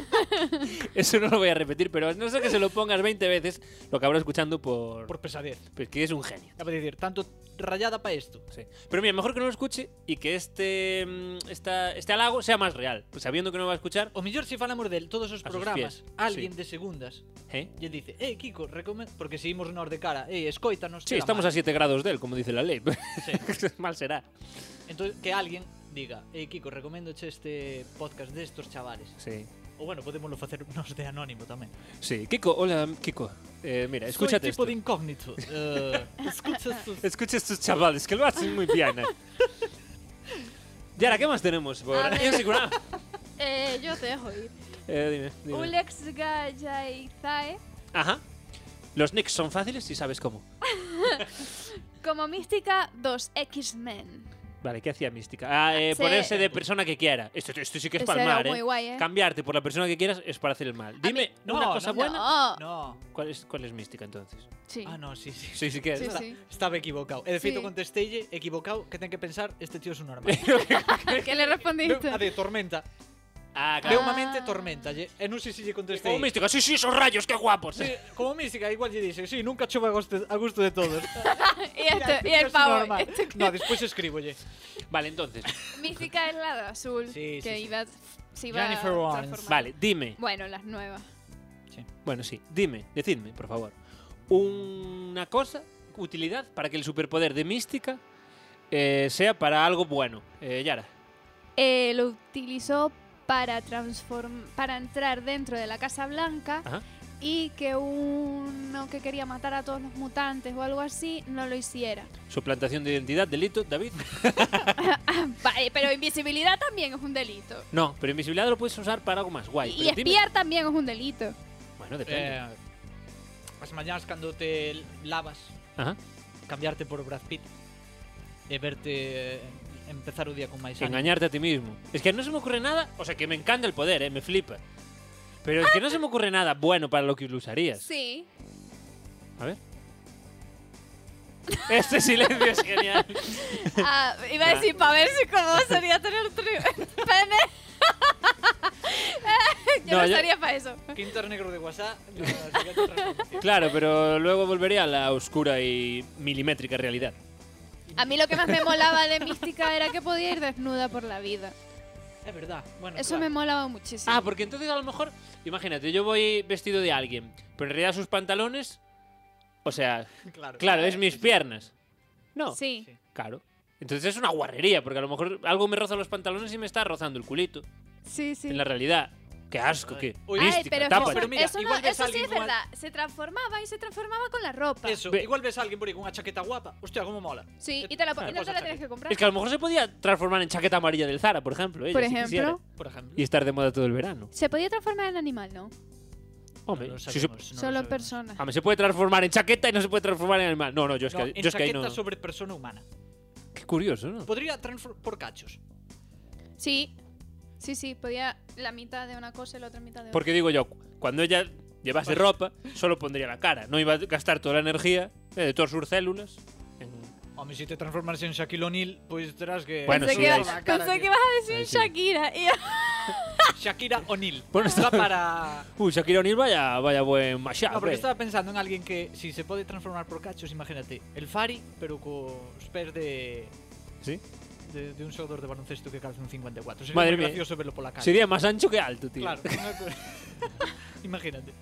S1: Eso no lo voy a repetir, pero a no ser que se lo pongas 20 veces, lo acabarás escuchando por.
S3: por pesadez.
S1: Pues que es un genio.
S3: É para dicir, tanto rayada para isto.
S1: Sí. Pero mira, mejor que no lo escuche y que este, mm, esta, este halago sea más real. Pues sabiendo que no va a escuchar.
S3: O mellor se falamos del todos os
S1: A sus
S3: programas,
S1: pies,
S3: alguén
S1: sí.
S3: de segundas
S1: ¿eh?
S3: lle dice, "Eh, Kiko, recomendo porque seguimos nos de cara, eh, escoítanos."
S1: Sí, estamos a 7 grados de él, como dice la ley.
S3: Sí.
S1: mal será.
S3: Entonces, Entón, que alguén diga, "Eh, Kiko, recoméndoche este podcast destos chavales."
S1: Sí.
S3: O bueno, podémoslo facer nos de anónimo tamén.
S1: Sí. Kiko, hola, Kiko. Eh, mira, escúchate.
S3: Soy tipo
S1: Esto.
S3: de incógnito. Eh, escucha estos
S1: Escucha a estos chavales que lo hacen muy bien. eh. Yara, ¿qué más tenemos por
S2: A ver.
S1: Instagram?
S2: Eh, yo te dejo ir.
S1: Eh, dime, dime.
S2: Ulex Gallaizae,
S1: Ajá. Los Knicks son fáciles si sabes cómo.
S2: como mística 2 X-Men.
S1: Vale, ¿qué hacía Mística? Ah, eh,
S2: Sí.
S1: ponerse de persona que quiera. Esto, esto sí que es
S2: Eso
S1: para
S2: era
S1: palmar,
S2: muy
S1: ¿eh?
S2: guay, ¿eh?
S1: Cambiarte por la persona que quieras es para hacer el mal. Dime
S3: no,
S1: una cosa
S3: no,
S1: buena.
S2: No. Oh.
S3: No.
S1: ¿Cuál, es, ¿Cuál es Mística entonces?
S2: Sí.
S3: Ah, no, sí, sí.
S1: Sí, sí que es.
S2: Sí,
S3: Está-
S2: sí.
S3: Estaba equivocado. E de feito
S2: Sí.
S3: contestelle equivocado que ten que pensar este tío es un normal.
S2: ¿Qué le respondiste?
S3: a de tormenta.
S1: Ah, claro.
S3: Veo una mente tormenta. lle- E non sei se lle contestei.
S1: Como Mística, sí, sí, esos rayos, qué guapos.
S3: Sí, como mística, igual lle dice, sí, nunca chove a goste- a gusto de todos.
S2: y, este, y
S3: Mira,
S2: el
S3: es
S2: pavo.
S3: normal.
S2: este-
S3: No, despois escribolle.
S1: Vale, entonces.
S2: mística es la de azul.
S3: Sí, sí,
S2: que
S3: sí.
S2: iba, se iba a
S3: Jennifer Lawrence.
S2: transformar.
S1: Vale, dime.
S2: Bueno, las nuevas.
S1: Bueno, sí. Dime, decidme, por favor. Una cosa, utilidad para que el superpoder de Mística eh, sea para algo bueno. Eh, Yara.
S2: Eh, lo utilizó para, transform- para entrar dentro de la Casa Blanca
S1: Ajá.
S2: y que uno que quería matar a todos los mutantes o algo así no lo hiciera.
S1: Suplantación de identidad, delito, David.
S2: Vale, eh, pero invisibilidad también es un delito.
S1: No, pero invisibilidad lo puedes usar para algo más guay.
S2: y
S1: pero dime-
S2: espiar también es un delito.
S1: Bueno, depende.
S3: Eh, as mañás cando te lavas,
S1: Ajá.
S3: cambiarte por Brad Pitt e verte eh, empezar o día con máis ánimo.
S1: Engañarte a ti mismo. Es que no se me ocurre nada. O sea, que me encanta el poder, ¿eh? me flipa. Pero es que no se me ocurre nada bueno para lo que lo usarías.
S2: Sí.
S1: A ver. Este silencio es genial.
S2: Ah, iba a decir para ver si cómo sería tener tri- pene.
S1: No,
S2: yo no,
S1: yo-
S2: estaría para eso.
S3: Quinto negro de WhatsApp.
S1: Claro, pero luego volvería a la oscura y milimétrica realidad.
S2: A mí lo que más me molaba de Mística era que podía ir desnuda por la vida.
S3: é verdad. Bueno,
S2: Eso me
S3: claro.
S2: molaba muchísimo.
S1: Ah, porque entonces a lo mejor, imagínate, yo voy vestido de alguien, pero en realidad sus pantalones, o sea,
S3: Claro.
S1: claro, es mis piernas. No,
S2: Sí.
S1: claro. Entonces es una guarrería, porque a lo mejor algo me roza los pantalones y me está rozando el culito.
S2: Sí, sí.
S1: En la realidad, qué asco, qué
S3: Ay,
S2: Ay,
S1: mística,
S2: pero,
S1: tápate.
S2: eso,
S3: Pero mira,
S2: eso, no-
S3: igual ves
S2: eso
S3: a
S2: sí
S3: alguien
S2: es
S3: igual.
S2: verdad. Se transformaba y se transformaba con la ropa.
S3: Eso,
S1: Ve-
S3: igual ves a alguien por ahí con una chaqueta guapa. Hostia, cómo mola.
S2: Sí, y, te la, po-
S1: Claro,
S2: y no
S3: pues
S2: te la tienes
S3: está bien.
S2: que comprar.
S1: Es que a lo mejor se podía transformar en chaqueta amarilla del Zara, por ejemplo. ella,
S2: Por
S1: si quisiera,
S2: ejemplo,
S3: Por ejemplo.
S1: y estar de moda todo el verano.
S2: se podía transformar en animal, ¿no?
S1: Hombre,
S3: No lo
S1: si se-
S3: sabemos, no lo
S2: Solo en
S3: sabemos.
S2: persona.
S1: a mí se puede transformar en chaqueta y no se puede transformar en animal. No, no, yo es
S3: No,
S1: que,
S3: en
S1: yo es que ahí
S3: chaqueta
S1: no.
S3: sobre persona humana.
S1: Qué curioso, ¿no?
S3: Podría transformar por cachos.
S2: Sí. Sí, sí, podía la mitad de una cosa y la otra mitad de otra.
S1: Porque digo yo, cuando ella llevase ropa, solo pondría la cara. No iba a gastar toda la energía eh, de todas sus células. en-
S3: Home, se te transformas en Shaquille O'Neal, pois terás que...
S1: Bueno,
S2: Pensé,
S1: sí,
S2: que,
S1: ahí sí.
S2: pensé que ibas a
S1: Ahí
S2: decir
S1: sí.
S2: Shakira. y-
S3: Shakira O'Neal.
S1: Bueno, está-
S3: Va para...
S1: Uy, Shakira O'Neal, vaya, vaya buen mashup.
S3: No, porque
S1: eh.
S3: estaba pensando en alguien que si se pode transformar por cachos, imagínate, el Fari, pero cos pés de...
S1: Sí.
S3: De, de un xogador de baloncesto que calza un 54. Sería
S1: Madre
S3: moi
S1: mía.
S3: gracioso verlo pola calle.
S1: Sería más ancho que alto, tío.
S3: Claro. unha co- imagínate.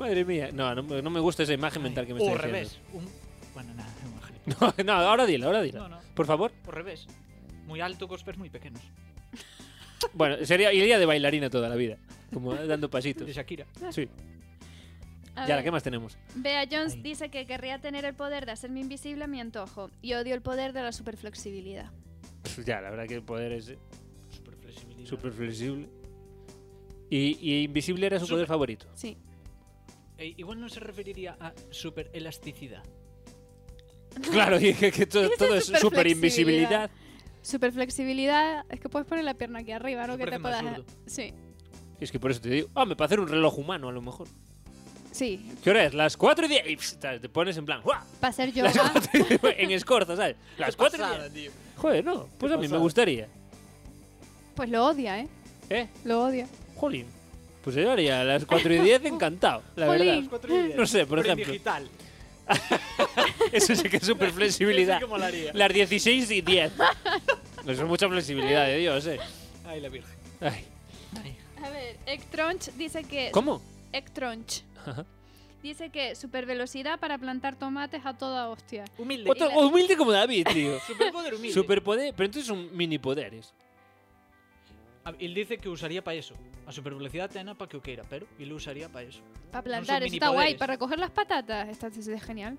S1: Madre mía. No, no, me- no me gusta esa imagen mental que me
S3: o
S1: está
S3: ao
S1: diciendo.
S3: revés. Un... Bueno, nada, é unha gilipollez.
S1: No, no, ahora dilo, ahora dilo.
S3: No, no,
S1: Por favor.
S3: ao revés. Moi alto, cos pés moi pequenos.
S1: Bueno, sería iría de bailarina toda la vida. Como dando pasitos.
S3: De Shakira.
S1: Sí.
S2: A
S1: Yara,
S2: ver.
S1: ¿qué más tenemos?
S2: Bea Jones
S3: Ay.
S2: dice que querría tener el poder de hacerme invisible a mi antojo y odio el poder de la superflexibilidad.
S1: Pff, Pues Ya, la verdad que el poder es
S3: Super flexibilidade.
S1: súper flexible. Y, y invisible era su
S3: Súper.
S1: poder favorito.
S2: Sí.
S3: E igual non se referiría a super elasticidad.
S1: Claro, y que, que todo,
S2: Esa
S1: todo es súper invisibilidad.
S2: superflexibilidad. Superflexibilidad es que puedes poner la pierna aquí arriba, ¿no?
S3: Eso
S2: Que te
S3: parece
S2: puedas.
S3: más absurdo.
S2: Sí,
S1: Es que por eso te digo, hombre, para hacer un reloj humano a lo mejor.
S2: sí.
S1: ¿Qué hora es? Las 4 y 10. Y pss, tal, te pones en plan, ¡guau!
S2: Para hacer yoga.
S1: Las 4 y 10, en escorza, ¿sabes? Las 4 y 10.
S3: tío.
S1: Joder, no, pues a mí me
S3: pasada.
S1: gustaría.
S2: Pues lo odia, ¿eh?
S1: ¿Eh?
S2: Lo odia.
S1: Jolín. Pues yo haría las 4 y 10 encantado, la verdad.
S2: Jolín.
S1: No sé, por ejemplo.
S3: digital.
S1: Eso sí que es súper flexibilidad.
S3: Eso sí que molaría.
S1: Las 16 y 10. No es mucha flexibilidad de Dios, eh.
S3: Ay, la virgen.
S1: Ay.
S2: A ver, Ektronch dice que.
S1: ¿Cómo?
S2: Ektronch. Dice que supervelocidad para plantar tomates a toda hostia.
S3: Humilde.
S1: Otro, humilde como David, tío.
S3: Superpoder humilde.
S1: Superpoder, pero entonces son mini poderes.
S3: A- Él Ah, dice que usaría para eso. A supervelocidad tena para que o queira, pero él usaría para eso.
S2: Para plantar, eso está guay.
S3: minipoderes.
S2: Para recoger las patatas. Esta tesis es genial.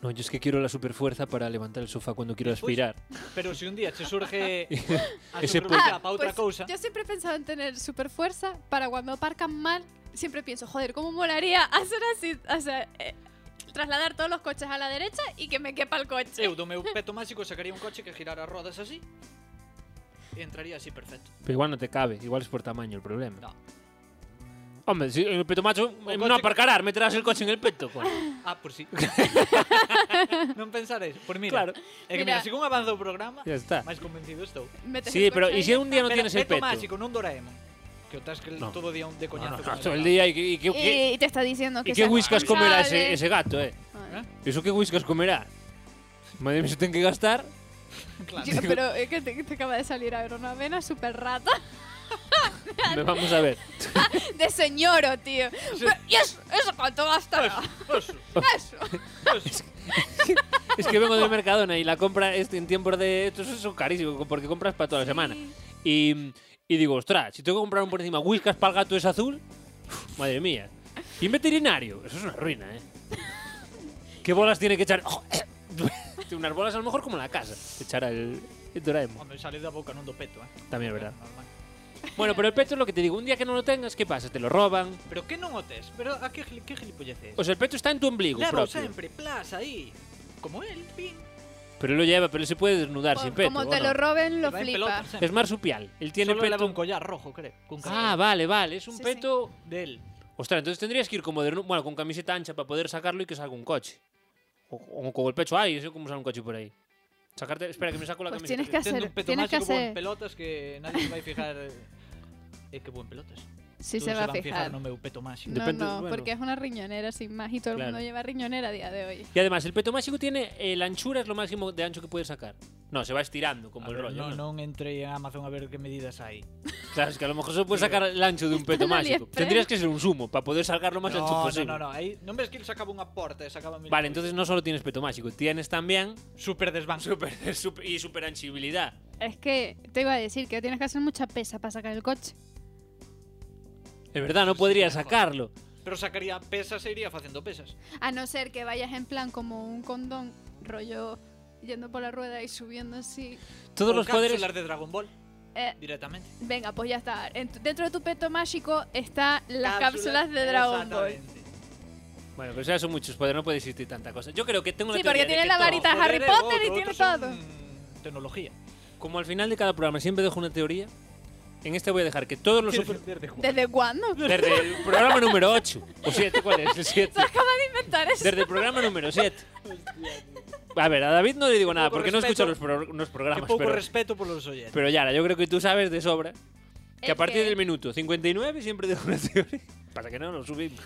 S1: No, yo es que quiero la superfuerza para levantar el sofá cuando quiero
S3: Después-
S1: aspirar.
S3: Pero se un día te surge a
S1: Ese
S3: supervelocidad
S2: Ah,
S3: para outra
S2: pues,
S3: cousa,
S2: Yo siempre he pensado en tener super fuerza para cuando aparcan mal. Siempre pienso, joder, ¿cómo molaría hacer así? O sea, eh, trasladar todos los coches a la derecha y que me quepa el coche.
S3: eu do meu peto máxico sacaría un coche que girara as rodas así e entraría así perfecto.
S1: Pero igual no te cabe, igual es por tamaño el problema.
S3: No.
S1: Hombre, si en el peto macho, en
S3: coche
S1: no
S3: que-
S1: aparcarás, meterás el coche en el peto. pues. coño.
S3: Ah, por si. non pensaréis. Por mira,
S1: Claro.
S3: é que mira,
S2: Mira.
S3: según avanza o programa,
S1: Ya está.
S3: máis convencido estou.
S2: Metes
S1: Sí,
S2: el
S1: pero ¿y
S2: coche ahí
S1: si un día no
S3: Pero
S1: tienes el
S3: peto
S1: peto?
S3: máxico, non Doraemon. Que o tas que
S1: No.
S3: todo día un de coñazo. con el
S1: Todo el
S3: rabo.
S1: día y, y- y-
S2: y,
S3: Eh,
S1: y-
S2: y te está diciendo que
S1: "Eh, y qué
S2: seas
S1: whiskas comerá ese,
S2: responsable.
S1: ese gato, eh.
S3: Ah,
S2: Ay.
S1: ¿Eso qué whiskas comerá? Madre mía, se tienen que gastar.
S3: Claro.
S2: Yo- pero es que te, te acaba de salir a ver una vena súper rata
S1: Me- Vamos a ver.
S2: de señoro, tío.
S3: Pues,
S2: Pero, ¿Y eso, eso cuánto gastará?
S3: Eso, eso.
S2: Eso.
S3: Eso.
S1: Es que vengo del Mercadona y la compra es- en tiempos de. Esto es eso es carísimo porque compras para toda la semana. Y, y digo, ostras, si tengo que comprar un por encima whiskas para el gato es azul, uf, madre mía. Y un veterinario, eso es una ruina, ¿eh? ¿Qué bolas tiene que echar? Tiene unas bolas a lo mejor como la casa. Echar el, el Doraemon.
S3: Hombre, sale da boca, non do peto, eh.
S1: También es verdad.
S3: Normal.
S1: Bueno, pero el pecho es lo que te digo. Un día que no lo tengas, ¿qué pasa? Te lo roban.
S3: Pero que non o tes? Pero a que, gili- que gilipolleces?
S1: O sea, el pecho está en tu ombligo
S3: Leva
S1: propio.
S3: sempre, plas, aí. Como él, pin.
S1: Pero él lo lleva, pero él se puede desnudar sin pecho.
S2: Como
S1: ¿o
S2: te
S1: no?
S2: lo roben, lo
S3: Vai en pelota,
S2: flipas.
S3: sempre.
S1: Es marsupial. Él tiene
S3: Solo
S1: peto-
S3: leva un collar rojo, creo. Con
S1: Ah,
S3: collar.
S1: vale, vale. Es un
S2: Sí, sí.
S1: peto.
S3: Del.
S1: Ostras, entonces tendrías que ir como de, nu- bueno, con camiseta ancha para poder sacarlo y que salga un coche. O, o con el pecho ahí, eso cómo sale un coche por ahí. Sacarte, espera que me saco la
S2: Pues
S1: camiseta.
S2: tienes que
S3: Tendo
S2: hacer.
S3: un peto
S2: Tienes que
S3: máxico bo en
S2: hacer.
S3: pelotas que nadie se vai fijar... eh, Eh, que bo en pelotas.
S2: Sí,
S3: Todos
S2: se va a
S3: van
S2: fijar.
S3: no
S2: No,
S3: meu peto máxico.
S2: no,
S1: Depende- bueno.
S2: porque es una riñonera sin más y todo el
S1: Claro.
S2: mundo lleva riñonera a día de hoy.
S1: Y además, el peto mágico tiene eh, la anchura es lo máximo de ancho que puedes sacar. No, se va estirando como
S3: A
S1: el
S3: ver,
S1: rollo.
S3: non,
S1: ¿no?
S3: non entrei en Amazon a ver que medidas hai.
S1: Claro, es que a lo mejor se puede sacar el ancho de un peto
S2: en
S1: mágico.
S2: AliExpress.
S1: Tendrías que ser un sumo para poder sacar lo más
S3: no,
S1: ancho posible.
S3: no, no, no, aí non ves que ele sacaba unha porta e sacaba mil
S1: Vale,
S3: cousas?
S1: entonces no solo tienes peto mágico, tienes también
S3: super desván.
S1: super, super- y super anchibilidad.
S2: Es que te iba a decir que tienes que hacer mucha pesa para sacar el coche.
S1: Es verdad, no podría
S3: mejor.
S1: sacarlo.
S3: Pero sacaría pesas e iría facendo pesas.
S2: A no ser que vayas en plan como un condón, rollo yendo por la rueda y subiendo así.
S1: Todos
S3: Ou
S1: los poderes
S3: cápsulas de Dragon Ball
S2: Eh,
S3: directamente.
S2: venga, pues ya está. En tu- dentro de tu peto mágico están las cápsulas de Dragon Ball.
S3: exactamente.
S1: Bueno, pero ya son muchos poderes, no puede existir tanta cosa. Yo creo que tengo la
S2: Sí, porque
S1: teoría de
S2: tiene
S1: que
S2: la
S1: todo-
S2: varita
S3: Poder
S2: Harry
S3: é
S2: Potter y
S3: outro,
S2: tiene
S3: outros son
S2: todo.
S3: Tecnología.
S1: Como al final de cada programa siempre dejo una teoría, en este voy a dejar que todos los super...
S2: ¿Desde cuándo?
S1: Desde el programa número 8, o 7, ¿cuál es? El 7.
S2: Inventar eso.
S1: Desde el programa número 7. A ver, a David no le digo nada,
S3: poco
S1: porque no
S3: respeto.
S1: escucho los, pro- los
S3: Que
S1: programas,
S3: pouco
S1: pero,
S3: respeto polos ollentes.
S1: pero Yara, yo creo que tú sabes de sobra que
S2: ¿El
S1: a partir
S2: qué?
S1: del minuto 59 siempre dejo una teoría. Pasa que no lo subimos.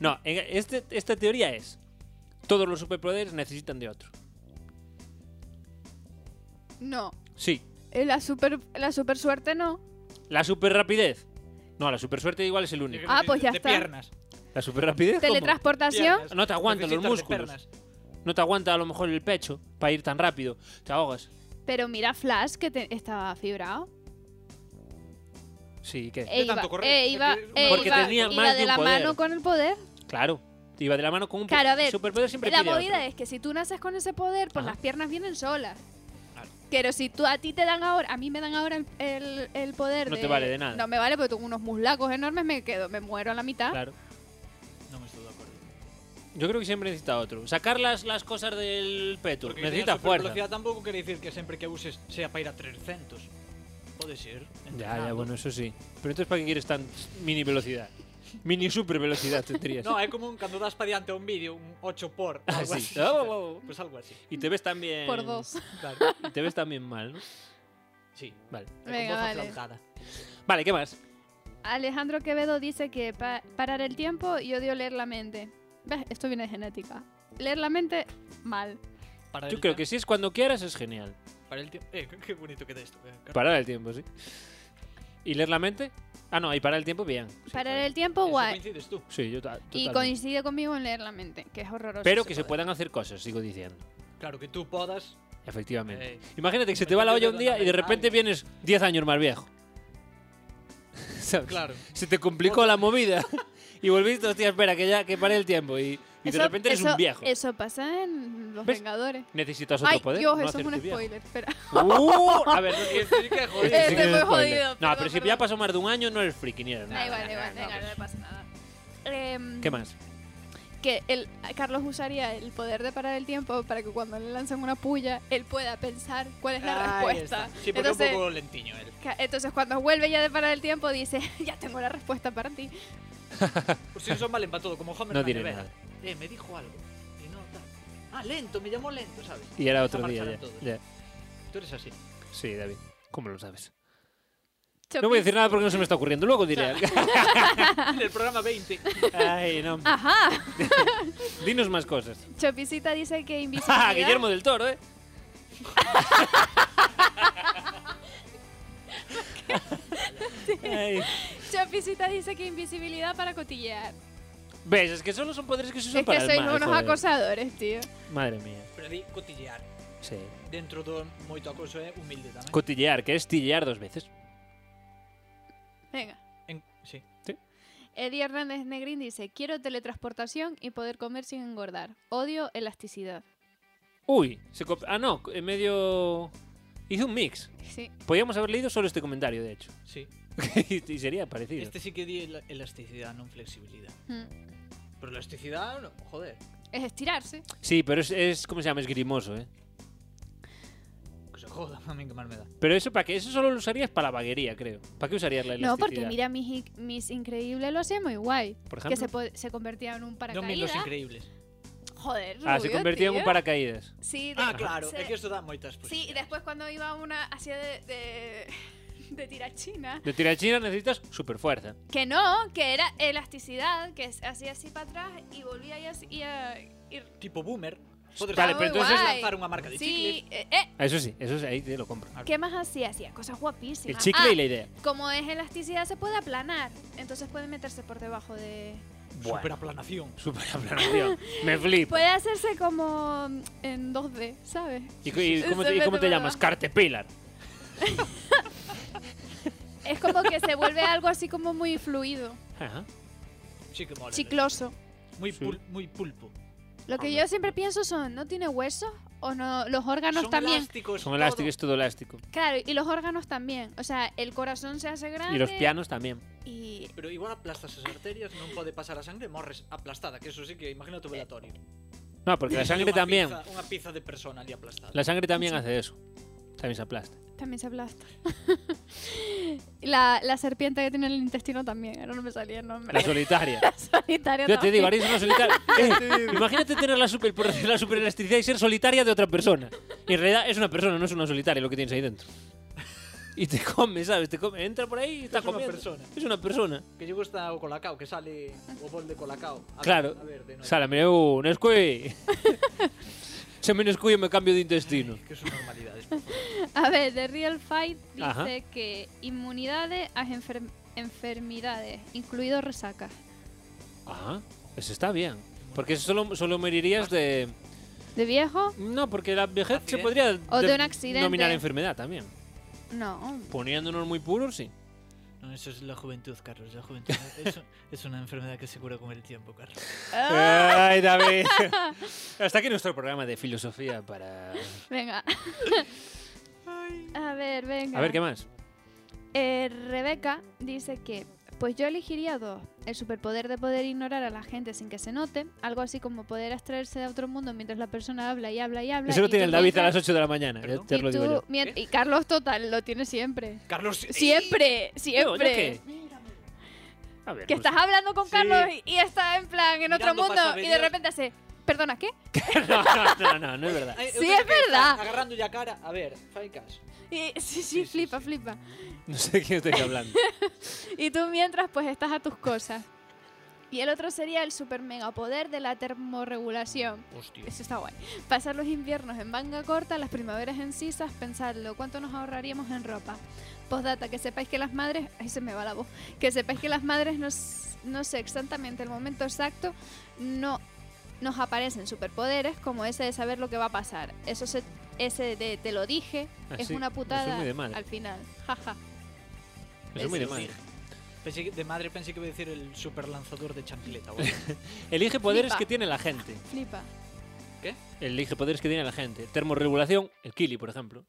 S1: No, en- este- esta teoría es, todos los superpoderes necesitan de otro.
S2: No.
S1: Sí,
S2: Eh, La super, la super suerte no.
S1: la super rapidez. No, la super suerte igual es el único.
S2: Ah, pues ya
S3: de
S2: está.
S3: Piernas.
S1: La super rapidez...
S2: Teletransportación.
S3: Piernas.
S1: No te aguantan los
S3: Deficitar de
S1: músculos.
S3: piernas.
S1: No te aguanta a lo mejor el pecho para ir tan rápido. Te ahogas.
S2: Pero mira Flash que te- estaba fibrado.
S1: Sí, ¿qué?
S2: E iba,
S3: tanto correr.
S2: e iba, e
S1: Porque
S2: iba-
S1: tenía
S2: iba
S1: más de
S2: de
S1: un
S2: la
S1: poder.
S2: mano con el poder.
S1: Claro. Te iba de la mano con un po-
S2: Claro, a ver,
S1: superpoder siempre
S2: la
S1: pide otro.
S2: movida es que si tú naces con ese poder, pues
S1: Ajá.
S2: las piernas vienen solas.
S3: Claro.
S2: Pero si tú a ti te dan ahora, a mí me dan ahora el, el- el poder
S1: No te vale de nada.
S2: No me vale porque tengo unos muslacos enormes, me quedo, me muero a la mitad.
S1: Claro.
S3: Non me estou de acordo.
S1: Yo creo que siempre necesita otro. Sacar las, las cosas del peto.
S3: Porque
S1: necesita
S3: teña super
S1: fuerza.
S3: velocidade tampouco quere dicir que sempre que uses sea para ir a 300. Pode ser.
S1: Ya,
S3: Ah,
S1: ya, bueno, eso sí. Pero entonces, ¿para qué quieres tan mini velocidad? Mini super velocidad tendrías.
S3: No, é como un, cando das para diante a un vídeo, un 8 por,
S1: Ah,
S3: algo
S1: sí.
S3: así.
S1: Oh, oh, oh.
S3: Pues algo así.
S1: Y te ves también.
S2: Por dos.
S3: Claro.
S1: Y te ves también mal, ¿no?
S3: Sí.
S1: Vale.
S3: É con
S2: Venga,
S3: voz
S2: vale.
S3: aflautada.
S1: Vale, ¿qué más?
S2: Alejandro Quevedo dice que pa- parar el tiempo y odio leer la mente. ¿Ves? Esto viene de genética. Leer la mente, mal.
S3: Para
S1: Yo creo que si es cuando quieras es genial.
S3: Para el tiempo. Eh, qué bonito queda esto. eh, claro.
S1: Parar el tiempo, sí. ¿Y leer la mente? Ah, no, y parar el tiempo, bien. Sí,
S2: parar
S1: vale.
S2: el tiempo,
S3: Eso
S2: guay.
S3: coincides tú.
S1: Sí, yo ta-
S2: Y
S1: totalmente.
S2: coincide conmigo en leer la mente, que es horroroso.
S1: Pero
S2: ese
S1: que se
S2: poder.
S1: puedan hacer cosas, sigo diciendo.
S3: Claro que tú podas.
S1: Efectivamente.
S3: Eh,
S1: Imagínate que se te va la olla un día y de repente vienes 10 años más viejo. ¿Sabes?
S3: Claro.
S1: Se te complicó la movida y volviste, hostia, espera, que ya que pare el tiempo. Y, y de
S2: Eso-
S1: repente eres
S2: eso-
S1: un viejo.
S2: Eso pasa en Los
S1: ¿Ves?
S2: Vengadores.
S1: Necesitas otro
S2: Ay,
S1: poder.
S2: Dios,
S1: no
S2: eso es un
S1: hacerte viejo.
S2: spoiler. Espera.
S1: ¡Uh! A ver, no, este-
S3: Esto sí que
S1: este
S3: joder.
S1: sí
S2: Estoy
S1: que es
S2: muy
S1: spoiler.
S2: jodido,
S1: No,
S2: perdón,
S1: pero si
S2: perdón.
S1: ya pasó más de un año, no eres friki ni eres nada.
S2: Ahí va, ahí va, venga,
S1: pues.
S2: no le pasa nada. Em,
S1: ¿Qué más?
S2: que el, Carlos usaría el poder de parar el tiempo para que cuando le lancen una puya, él pueda pensar cuál es la
S3: Ahí
S2: respuesta.
S3: está. Sí, pero
S2: entonces,
S3: un poco lentiño él.
S2: ca- entonces cuando vuelve ya de parar el tiempo, dice, ya tengo la respuesta para ti.
S3: Pues si son mal empatado, como Homer
S1: No
S3: en la
S1: diré
S3: nevera.
S1: nada.
S3: Eh, me dijo algo. Y no tal. Ah, lento, me llamó lento, ¿sabes?
S1: Y era
S3: Deja
S1: otro día
S3: marchar a
S1: ya.
S3: todos.
S1: ya.
S3: Tú eres así.
S1: Sí, David. ¿Cómo lo sabes? No voy a decir nada porque no se me está ocurriendo. Luego diré.
S3: En el programa 20.
S1: Ay, no.
S2: Ajá.
S1: Dinos más cosas.
S2: Chopisita dice que
S1: Ah,
S2: invisibilidad.
S1: Guillermo del Toro, ¿eh? Ay.
S2: Chopisita dice que invisibilidad para cotillear.
S1: ¿Ves? Es que solo son poderes que se usan
S2: es
S1: para
S2: que
S1: el
S2: sois
S1: mal,
S2: unos
S1: joder.
S2: acosadores, tío.
S1: Madre mía.
S3: Pero di cotillear.
S1: Sí.
S3: Dentro do moito a cousa é humilde tamén.
S1: Cotillear, que es tillear dos veces.
S2: Venga.
S3: en, sí.
S2: Eddie Hernández Negrín dice, quiero teletransportación y poder comer sin engordar. Odio elasticidad.
S1: Uy, se cop- ah, no, en medio. Hizo un mix.
S2: Sí.
S1: Podríamos haber leído solo este comentario, de hecho.
S3: Sí.
S1: y sería parecido.
S3: Este sí que di el- elasticidade, non flexibilidade.
S2: Mm.
S3: Pero elasticidade, no, joder.
S2: Es estirarse.
S1: Sí, pero es, es- ¿Cómo se llama? Es grimoso, ¿eh?
S3: Que se joda, a min que máis me dá.
S1: Pero eso para qué? Eso solo lo usarías para la vaguería, creo. ¿Para qué usarías la
S2: No,
S1: elasticidad?
S2: porque mira, mis, mis Increíble lo hacía muy guay.
S1: Por
S2: Que
S1: ejemplo.
S2: se, po- se convertía en un
S3: Non min los
S2: paracaídas.
S3: increíbles.
S2: Joder,
S1: ah, se
S2: rubio,
S1: convertía en
S2: tío.
S1: un paracaídas.
S2: Sí, de-
S3: Ah, claro,
S2: se-
S3: é que isto dá moitas
S1: Pues
S2: Sí, y después cuando iba a una hacía de, de, de tirachina.
S1: De tirachinas necesitas super fuerza.
S2: Que no, que era elasticidad, que es- hacía así para atrás y volvía y así. Y a- y-
S3: Tipo boomer. Podes
S1: Vale, pero
S2: Está muy
S1: entonces
S2: guay.
S3: lanzar unha marca de
S2: Sí, eh, eh,
S1: Eso sí, eso sí, ahí te lo compro.
S2: ¿qué más hacía? Hacía cosas guapísimas.
S1: El chicle
S2: Ah,
S1: y la idea.
S2: Como es elasticidad, se puede aplanar. Entonces puede meterse por debajo de.
S3: Bueno. Superaplanación.
S1: Super aplanación. Me flipo.
S2: Puede hacerse como mm, en 2D, ¿sabes?
S1: ¿Y, cu- y
S2: Se
S1: cómo te, y
S2: mete
S1: cómo te
S2: por
S1: llamas?
S2: debajo.
S1: Cartepilar.
S2: Es como que se vuelve algo así como muy fluido,
S1: Ajá.
S3: Sí que mola.
S2: chicloso.
S3: Muy,
S1: Sí.
S3: pul muy pulpo.
S2: Lo que yo siempre pienso son, ¿no tiene huesos? ¿O no? Los órganos
S3: Son
S2: también.
S3: elásticos.
S1: Son
S3: todo.
S1: elásticos, es todo elástico.
S2: Claro, y los órganos también. O sea, el corazón se hace grande.
S1: Y los pianos también.
S2: Y
S3: Pero igual aplastas as arterias, non pode pasar a sangre, morres aplastada, que eso sí que imagina o velatorio.
S1: No, porque la sangre
S3: Unha
S1: también.
S3: Pizza, unha pizza de persona ali aplastada.
S1: La sangre también hace eso. También se aplasta.
S2: también se aplasta. la, la serpiente que tiene en el intestino también. Ahora no me salía el nombre.
S1: La solitaria.
S2: solitaria
S1: Yo te
S2: también.
S1: digo, ahora es una solitaria. Eh, imagínate tener la super, por- la superelasticidad y ser solitaria de otra persona. Y en realidad es una persona, no es una solitaria lo que tienes ahí dentro. Y te come, ¿sabes? Te come, entra por ahí y está
S3: Es una
S1: comiendo.
S3: persona.
S1: Es una persona.
S3: Que lle gusta o colacao, que sale o bol de colacao. A ver,
S1: Claro.
S3: A ver, de noite.
S1: Sala, mira, uh, Nesquik. Se me Nesquik y me cambio de intestino.
S3: Que son normalidades, por favor.
S2: A ver, The Real Fight dice
S1: Ajá.
S2: que inmunidades a enfer- enfermedades, incluido resaca.
S1: Ah, eso está bien. Porque eso solo, solo morirías de...
S2: ¿De viejo?
S1: No, porque la vejez se
S3: Accidente.
S1: podría
S2: O de
S1: de-
S2: un accidente.
S1: nominar enfermedad también.
S2: No.
S1: Poniéndonos muy puros, sí.
S3: No, eso es la juventud, Carlos. La juventud es, es una enfermedad que se cura con el tiempo, Carlos.
S2: Ah.
S1: Ay, David. Hasta aquí nuestro programa de filosofía para...
S2: Venga. A ver, venga.
S1: A ver, ¿qué más?
S2: Eh, Rebeca dice que, pues yo elegiría dos. El superpoder de poder ignorar a la gente sin que se note, algo así como poder abstraerse de otro mundo mientras la persona habla y habla y habla.
S1: Eso lo
S2: y
S1: tiene
S2: tú
S1: el David a
S2: mientras-
S1: las 8 de la mañana, ya
S3: Perdón.
S1: te lo
S2: y,
S1: digo
S2: tú
S1: yo. ¿Eh?
S2: mien- y Carlos total lo tiene siempre.
S3: Carlos.
S2: Siempre,
S1: Yo, ¿yo
S2: siempre.
S1: Eh, qué? A ver,
S2: Que
S1: no
S2: estás
S1: sé.
S2: hablando con
S3: Pues Sí.
S2: Carlos y- y está en plan en otro
S3: Mirando
S2: mundo y de
S3: pasaverías.
S2: repente hace, perdona, ¿qué?
S1: No, no, no, no, no es verdad.
S3: Ay, eu
S2: Sí,
S3: creo
S2: es
S3: que está
S2: verdad.
S3: Agarrando ya cara. A ver, fai caso.
S2: Y, sí, sí,
S3: Sí, sí,
S2: flipa,
S3: sí.
S2: flipa.
S1: No sé de quién estoy hablando.
S2: Y tú mientras pues estás a tus cosas. Y el otro sería el super mega poder de la termorregulación.
S3: Hostia.
S2: Eso está guay. Pasar los inviernos en manga corta, las primaveras en sisas, pensarlo, cuánto nos ahorraríamos en ropa. Postdata, que sepáis que las madres, ahí se me va la voz, que sepáis que las madres no, s- no sé exactamente el momento exacto, no nos aparecen superpoderes como ese de saber lo que va a pasar. Eso se- ese de te lo dije,
S1: Ah,
S2: es
S1: sí,
S2: una
S1: eso es
S2: putada
S1: muy de madre.
S2: al final. Jaja.
S1: Eso es muy de madre.
S3: Pensé que, de madre pensé que iba a decir el super lanzador de chancleta. o algo.
S1: Elige poderes
S2: Flipa.
S1: que tiene la gente.
S2: Flipa.
S1: Elige poderes que tiene la gente. Termorregulación, el Kili, por ejemplo.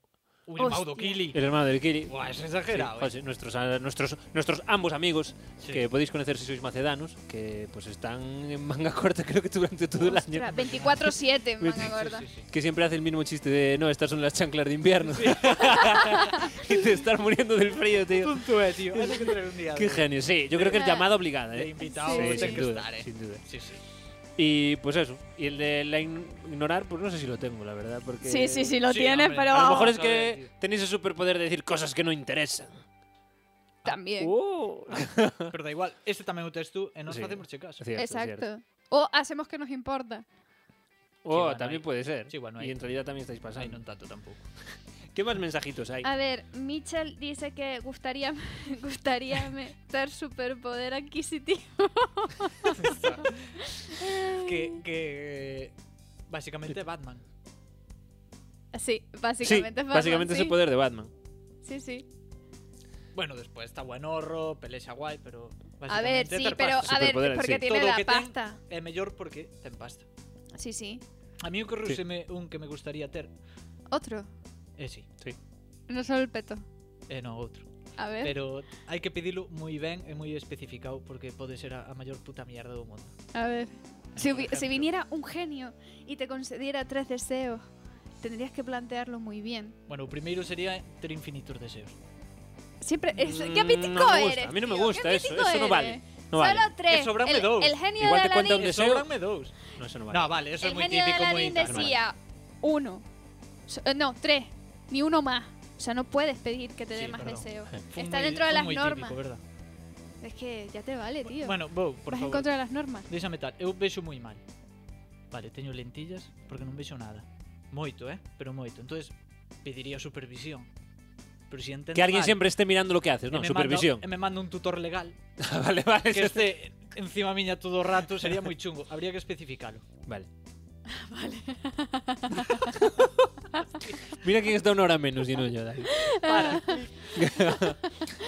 S3: Un Maudo
S2: Hostia.
S3: Kili.
S1: El hermano del Kili.
S3: Buah, es
S1: Sí,
S3: exagerado. eh.
S1: José, nuestros, a- nuestros, nuestros ambos amigos
S3: Sí.
S1: que podéis conocer si sois macedanos, que pues están en manga corta creo que durante todo el año.
S2: Ostras, 24-7, manga
S3: Sí,
S2: gorda.
S3: sí, sí.
S1: que siempre hace el mismo chiste de no, estas son las chanclas de invierno. y te estás muriendo del frío, tío.
S3: Tonto, eh, tío. Hay que traer un día.
S1: Qué
S3: de-
S1: genio, sí. Yo creo que es
S2: Una-
S1: llamada obligada,
S3: de
S1: ¿eh?
S2: Sí,
S3: invitado, ten
S2: sí.
S3: que
S1: sin, duda,
S3: estar, eh.
S1: sin duda.
S3: Sí, sí.
S1: Y pues eso. Y el de la ign- ignorar, pues no sé si lo tengo, la verdad. Porque
S2: Sí, sí, sí, lo
S3: Sí,
S2: tienes,
S3: hombre,
S2: pero
S1: A lo
S2: vamos,
S1: mejor es
S3: Vamos a ver,
S1: que
S3: tío.
S1: tenéis el superpoder de decir cosas que no interesan.
S2: también.
S1: ¡Oh!
S3: Pero da igual, este tamén o tes tú eh, e nos
S1: Sí.
S3: facemos che caso.
S1: Cierto, cierto.
S2: Exacto. O hacemos que nos importa.
S1: Oh,
S3: bueno,
S1: también
S3: ahí-
S1: puede ser.
S3: sí, bueno, ahí-
S1: y en realidad también estáis
S3: Ai,
S1: pasando.
S3: non tanto tampouco.
S1: ¿Qué más mensajitos hay?
S2: A ver, Mitchell dice que gustaría, gustaría me- ser superpoder adquisitivo.
S3: que que Básicamente Batman.
S1: Sí,
S2: Sí, básicamente es Batman,
S1: básicamente es
S2: sí.
S1: el poder de Batman.
S2: Sí, sí.
S3: Bueno, después está Guanorro, pelea guai, pero...
S2: A ver,
S3: básicamente
S2: sí,
S3: ter
S2: pero
S3: pasta.
S2: a ver,
S1: Superpoderes,
S2: porque
S1: sí.
S2: tiene
S3: Todo o
S2: la
S3: que ten
S2: pasta.
S3: é mellor Eh, porque ten pasta.
S2: Sí, sí.
S3: A mí
S1: Sí.
S3: ocorreuseme un que me gustaría ter.
S2: Otro.
S3: Eh, sí,
S2: No solo el peto.
S3: eh, no, outro.
S2: A ver.
S3: Pero hai que pedilo moi ben e moi especificado porque pode ser a, a maior puta mierda do mundo.
S2: A ver. Si,
S3: Por
S2: hubi- si
S3: ejemplo.
S2: viniera un genio y te concediera tres deseos, tendrías que plantearlo muy bien.
S3: Bueno, o primeiro sería ter infinitos deseos.
S2: Siempre es
S1: Mm,
S2: qué apítico
S1: no me gusta,
S2: eres.
S1: a mí no me
S2: tío,
S1: gusta
S2: qué
S1: eso,
S2: apítico
S1: eso no
S2: eres.
S1: vale, No
S2: Solo
S1: vale.
S2: tres.
S3: Que sobran
S2: el,
S3: dous.
S2: el genio
S1: Igual
S2: de
S1: te cuenta
S2: Aladín,
S1: un
S3: Que
S1: deseo.
S3: sobranme dous.
S1: No, eso no vale.
S3: No, vale, eso é
S2: el
S3: moi
S2: genio de
S3: típico, moi
S2: Aladín
S3: tal.
S1: vale.
S2: decía uno, So- eh, no tres, ni uno más. O sea, no puedes pedir que te dé
S3: Sí,
S2: más
S3: perdón.
S2: deseos.
S3: Fue
S2: Está
S3: moi-
S2: dentro de
S3: fue
S2: las
S3: moi
S2: normas.
S3: Típico, verdad.
S2: Es que ya te vale, tío.
S3: Bueno, vou, por
S2: Vas en
S3: favor.
S2: contra de las normas.
S3: Déxame tal, eu vexo moi mal. Vale, teño lentillas porque non vexo nada. Moito, eh? Pero moito. Entonces pediría supervisión. Pero si entendo
S1: Que alguien
S3: mal,
S1: siempre esté mirando lo que haces,
S3: e
S1: ¿no?
S3: me
S1: Supervisión.
S3: Manda, e me manda un tutor legal
S1: Ah, vale, vale.
S3: que este encima miña todo o rato sería moi chungo. Habría que especificalo.
S1: Vale. Mira quién está una hora menos y no yo. David.
S3: Para.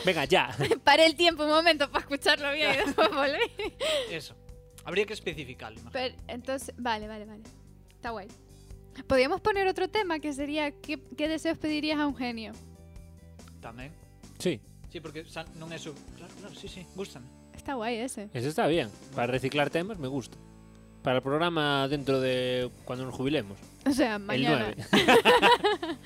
S1: Venga, ya.
S2: Paré el tiempo un momento para escucharlo bien y después volví.
S3: Eso. Habría que especificalo. imagínate.
S2: Pero, entonces, vale, vale, vale. Está guay. Podríamos poner otro tema que sería ¿qué, qué deseos pedirías a un genio?
S3: Tamén.
S1: Sí,
S3: Sí, porque xa non é eso. Claro, claro, sí, sí. Gústame.
S2: Está guay ese.
S1: eso está bien. Para reciclar temas me gusta. Para el programa dentro de cuando nos jubilemos.
S2: O sea, mañana.
S1: El 9.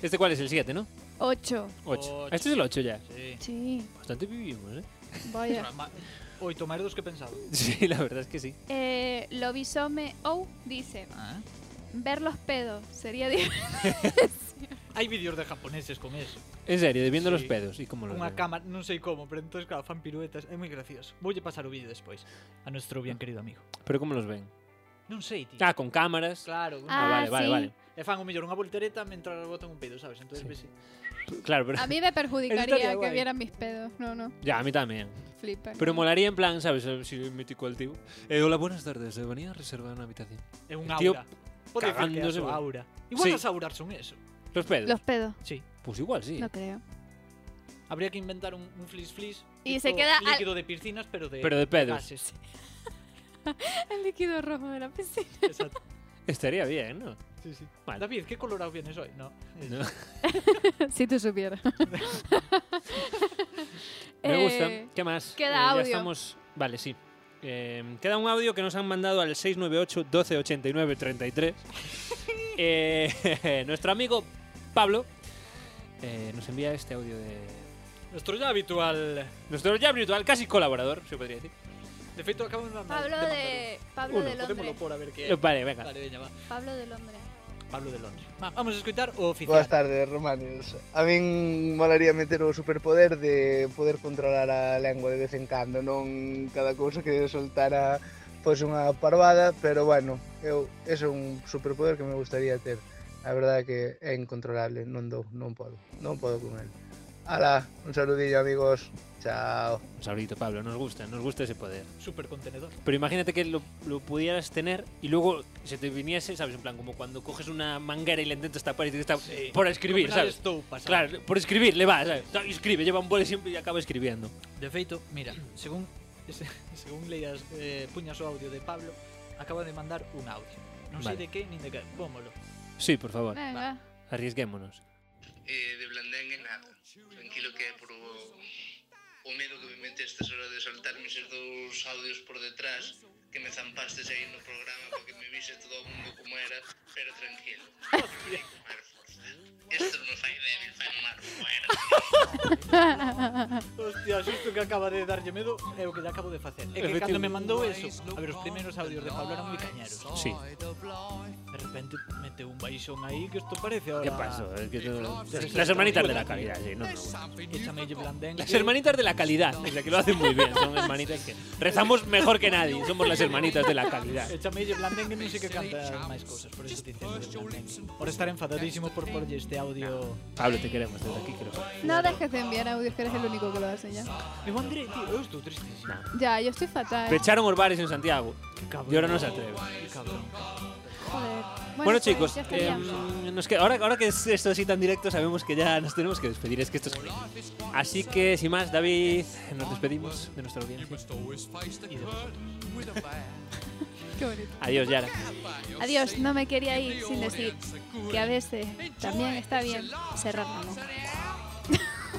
S1: ¿Este cuál es? El 7, ¿no?
S2: 8.
S1: 8.
S3: Ocho.
S1: Este es el 8 ya.
S3: Sí.
S2: Sí,
S1: Bastante vivimos, ¿eh?
S2: vaya.
S3: Ma- Oito máis dos que pensaba.
S1: Sí, la verdad es que sí.
S2: Eh, Lobisome O dice,
S3: Ah.
S2: ver los pedos sería divertido.
S3: Hai vídeos de japoneses con eso.
S1: En serio, de viendo
S3: Sí.
S1: los pedos y cómo los
S3: Unha
S1: ven.
S3: cámara, non sei como, pero entón, claro, fan piruetas, é moi gracioso. Voulle pasar o vídeo despois a nuestro bien querido amigo.
S1: Pero cómo los ven.
S3: Non sei, tío.
S1: Ah, con cámaras.
S3: Claro,
S1: Ah, vale,
S2: Ah,
S1: vale,
S2: sí.
S1: vale.
S3: e fan o mellor unha voltereta mentre botan un pedo, sabes? Entón,
S1: Sí.
S3: sí.
S1: Claro, pero
S2: A mí me perjudicaría
S3: Estaría
S2: que
S3: guay.
S2: vieran mis pedos. No, no,
S1: ya a mí también.
S2: flipa.
S1: Pero molaría en plan, ¿sabes? Eh, Si mítico el tío. Eh, hola, buenas tardes. eh, Venía a reservar una habitación.
S3: é un
S1: El tío
S3: aura. Pode dicir que é a
S1: cagándose,
S3: súa
S1: bueno.
S3: aura. Igual
S1: Sí.
S3: as auras son eso.
S1: Los pedos.
S2: Los pedos,
S3: Sí.
S1: Pues igual, sí.
S2: no creo.
S3: Habría que inventar un, un flis flis.
S2: Y se queda al-
S3: líquido de piscinas, pero de,
S1: Pero de pedos.
S3: gases.
S2: El líquido rojo de la piscina.
S3: Exacto.
S1: Estaría bien, ¿no?
S3: Sí, sí.
S1: Vale.
S3: David, ¿qué colorado vienes hoy? No.
S1: No.
S2: si tú supieras.
S1: Me
S2: Eh,
S1: gusta. ¿Qué más?
S2: queda
S1: ya
S2: audio.
S1: estamos... Vale, sí. Eh, queda un audio que nos han mandado al 698 1289 33. Eh, nuestro amigo Pablo eh, nos envía este audio de...
S3: Nuestro ya habitual.
S1: Nuestro ya virtual, casi colaborador, se podría decir.
S3: De feito, acabo de mandar.
S2: Pablo
S3: de.
S2: de Pablo del
S3: Podémoslo
S2: hombre.
S3: por a ver qué.
S1: Eh, Vale, venga.
S3: Vale, veña, va.
S2: Pablo del hombre.
S3: Pablo de Londres. Va, vamos a escuchar o oficial.
S4: Boas tardes, Romanes. A min molaría meter o superpoder de poder controlar a lengua de vez en cando, non cada cousa que soltara fose unha parvada, pero bueno, eu ese é un superpoder que me gustaría ter. A verdade é que é incontrolable, non dou, non podo, non podo con el. Ala, un saludillo amigos. Chao.
S1: Un saludito, Pablo. Nos gusta, nos gusta ese poder.
S3: Super contenedor.
S1: Pero imagínate que lo, lo pudieras tener y luego se te viniese, ¿sabes? En plan, como cuando coges una manguera y la intentas tapar y te está por escribir, ¿sabes?
S3: Estou pasado.
S1: Claro, por escribir le va, ¿sabes? Escribe, lleva un boli siempre y acaba escribiendo.
S3: De feito, mira, según según leías eh, puñas o audio de Pablo, acaba de mandar un audio. Non sei
S1: Vale.
S3: de que nin de que. Pómolo.
S1: Sí, por favor,
S2: Venga.
S1: arriesguémonos.
S5: eh, de blandengue nada. Tranquilo que é por o, o medo que me metestes hora de saltarme esos dous audios por detrás que me zampastes aí no programa para que me vise todo o mundo como era, pero tranquilo. Mar forza. Esto non fai débil, fai mar fuera.
S3: Hostia, xusto que acaba de darlle medo é eh, o que lle acabo de facer. É que
S1: Efectivo.
S3: cando me mandou eso, a ver, os primeiros audios de Pablo eran moi cañeros.
S1: Sí.
S3: De repente mete un baixón aí que isto parece ahora...
S1: ¿Qué pasó? Es que todo-
S3: Sí, sí,
S1: Las hermanitas
S3: sí.
S1: de la calidad, sí, no, no.
S3: Échame blandengue.
S1: Las hermanitas de la calidad, es la que lo hacen muy bien. Son hermanitas que rezamos mejor que nadie. Somos las hermanitas de la calidad.
S3: Échame blandengue non sei que canta máis cousas, por eso dicen blandengue. Por estar enfadadísimo por porlle este audio...
S1: Pablo, te queremos desde aquí, creo.
S2: No dejes de enviar audios, que eres el único que lo hace ya.
S3: Eu André, tío, eu estou tristísimo.
S2: Ya, yo estoy fatal.
S1: Te echaron los bares en Santiago.
S3: Que cabrón.
S1: Y ahora no se atreve.
S3: Que cabrón.
S2: Joder. Bueno,
S1: Bueno,
S2: pues,
S1: chicos,
S2: ya estaría.
S1: em, nos que- ahora, ahora que es esto así tan directo, sabemos que ya nos tenemos que despedir. Es que esto es horrible. Así que, sin más, David, nos despedimos de nuestra audiencia. Y de vosotros.
S2: Qué bonito.
S1: Adiós, Yara.
S2: Adiós, no me quería ir sin decir que a veces también está bien cerrar la boca.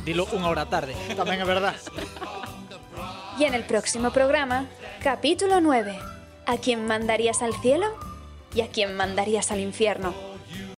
S3: Dilo unha hora tarde. Tamén é verdad.
S6: Y en el próximo programa, capítulo 9. ¿A quién mandarías al cielo y a quién mandarías al infierno?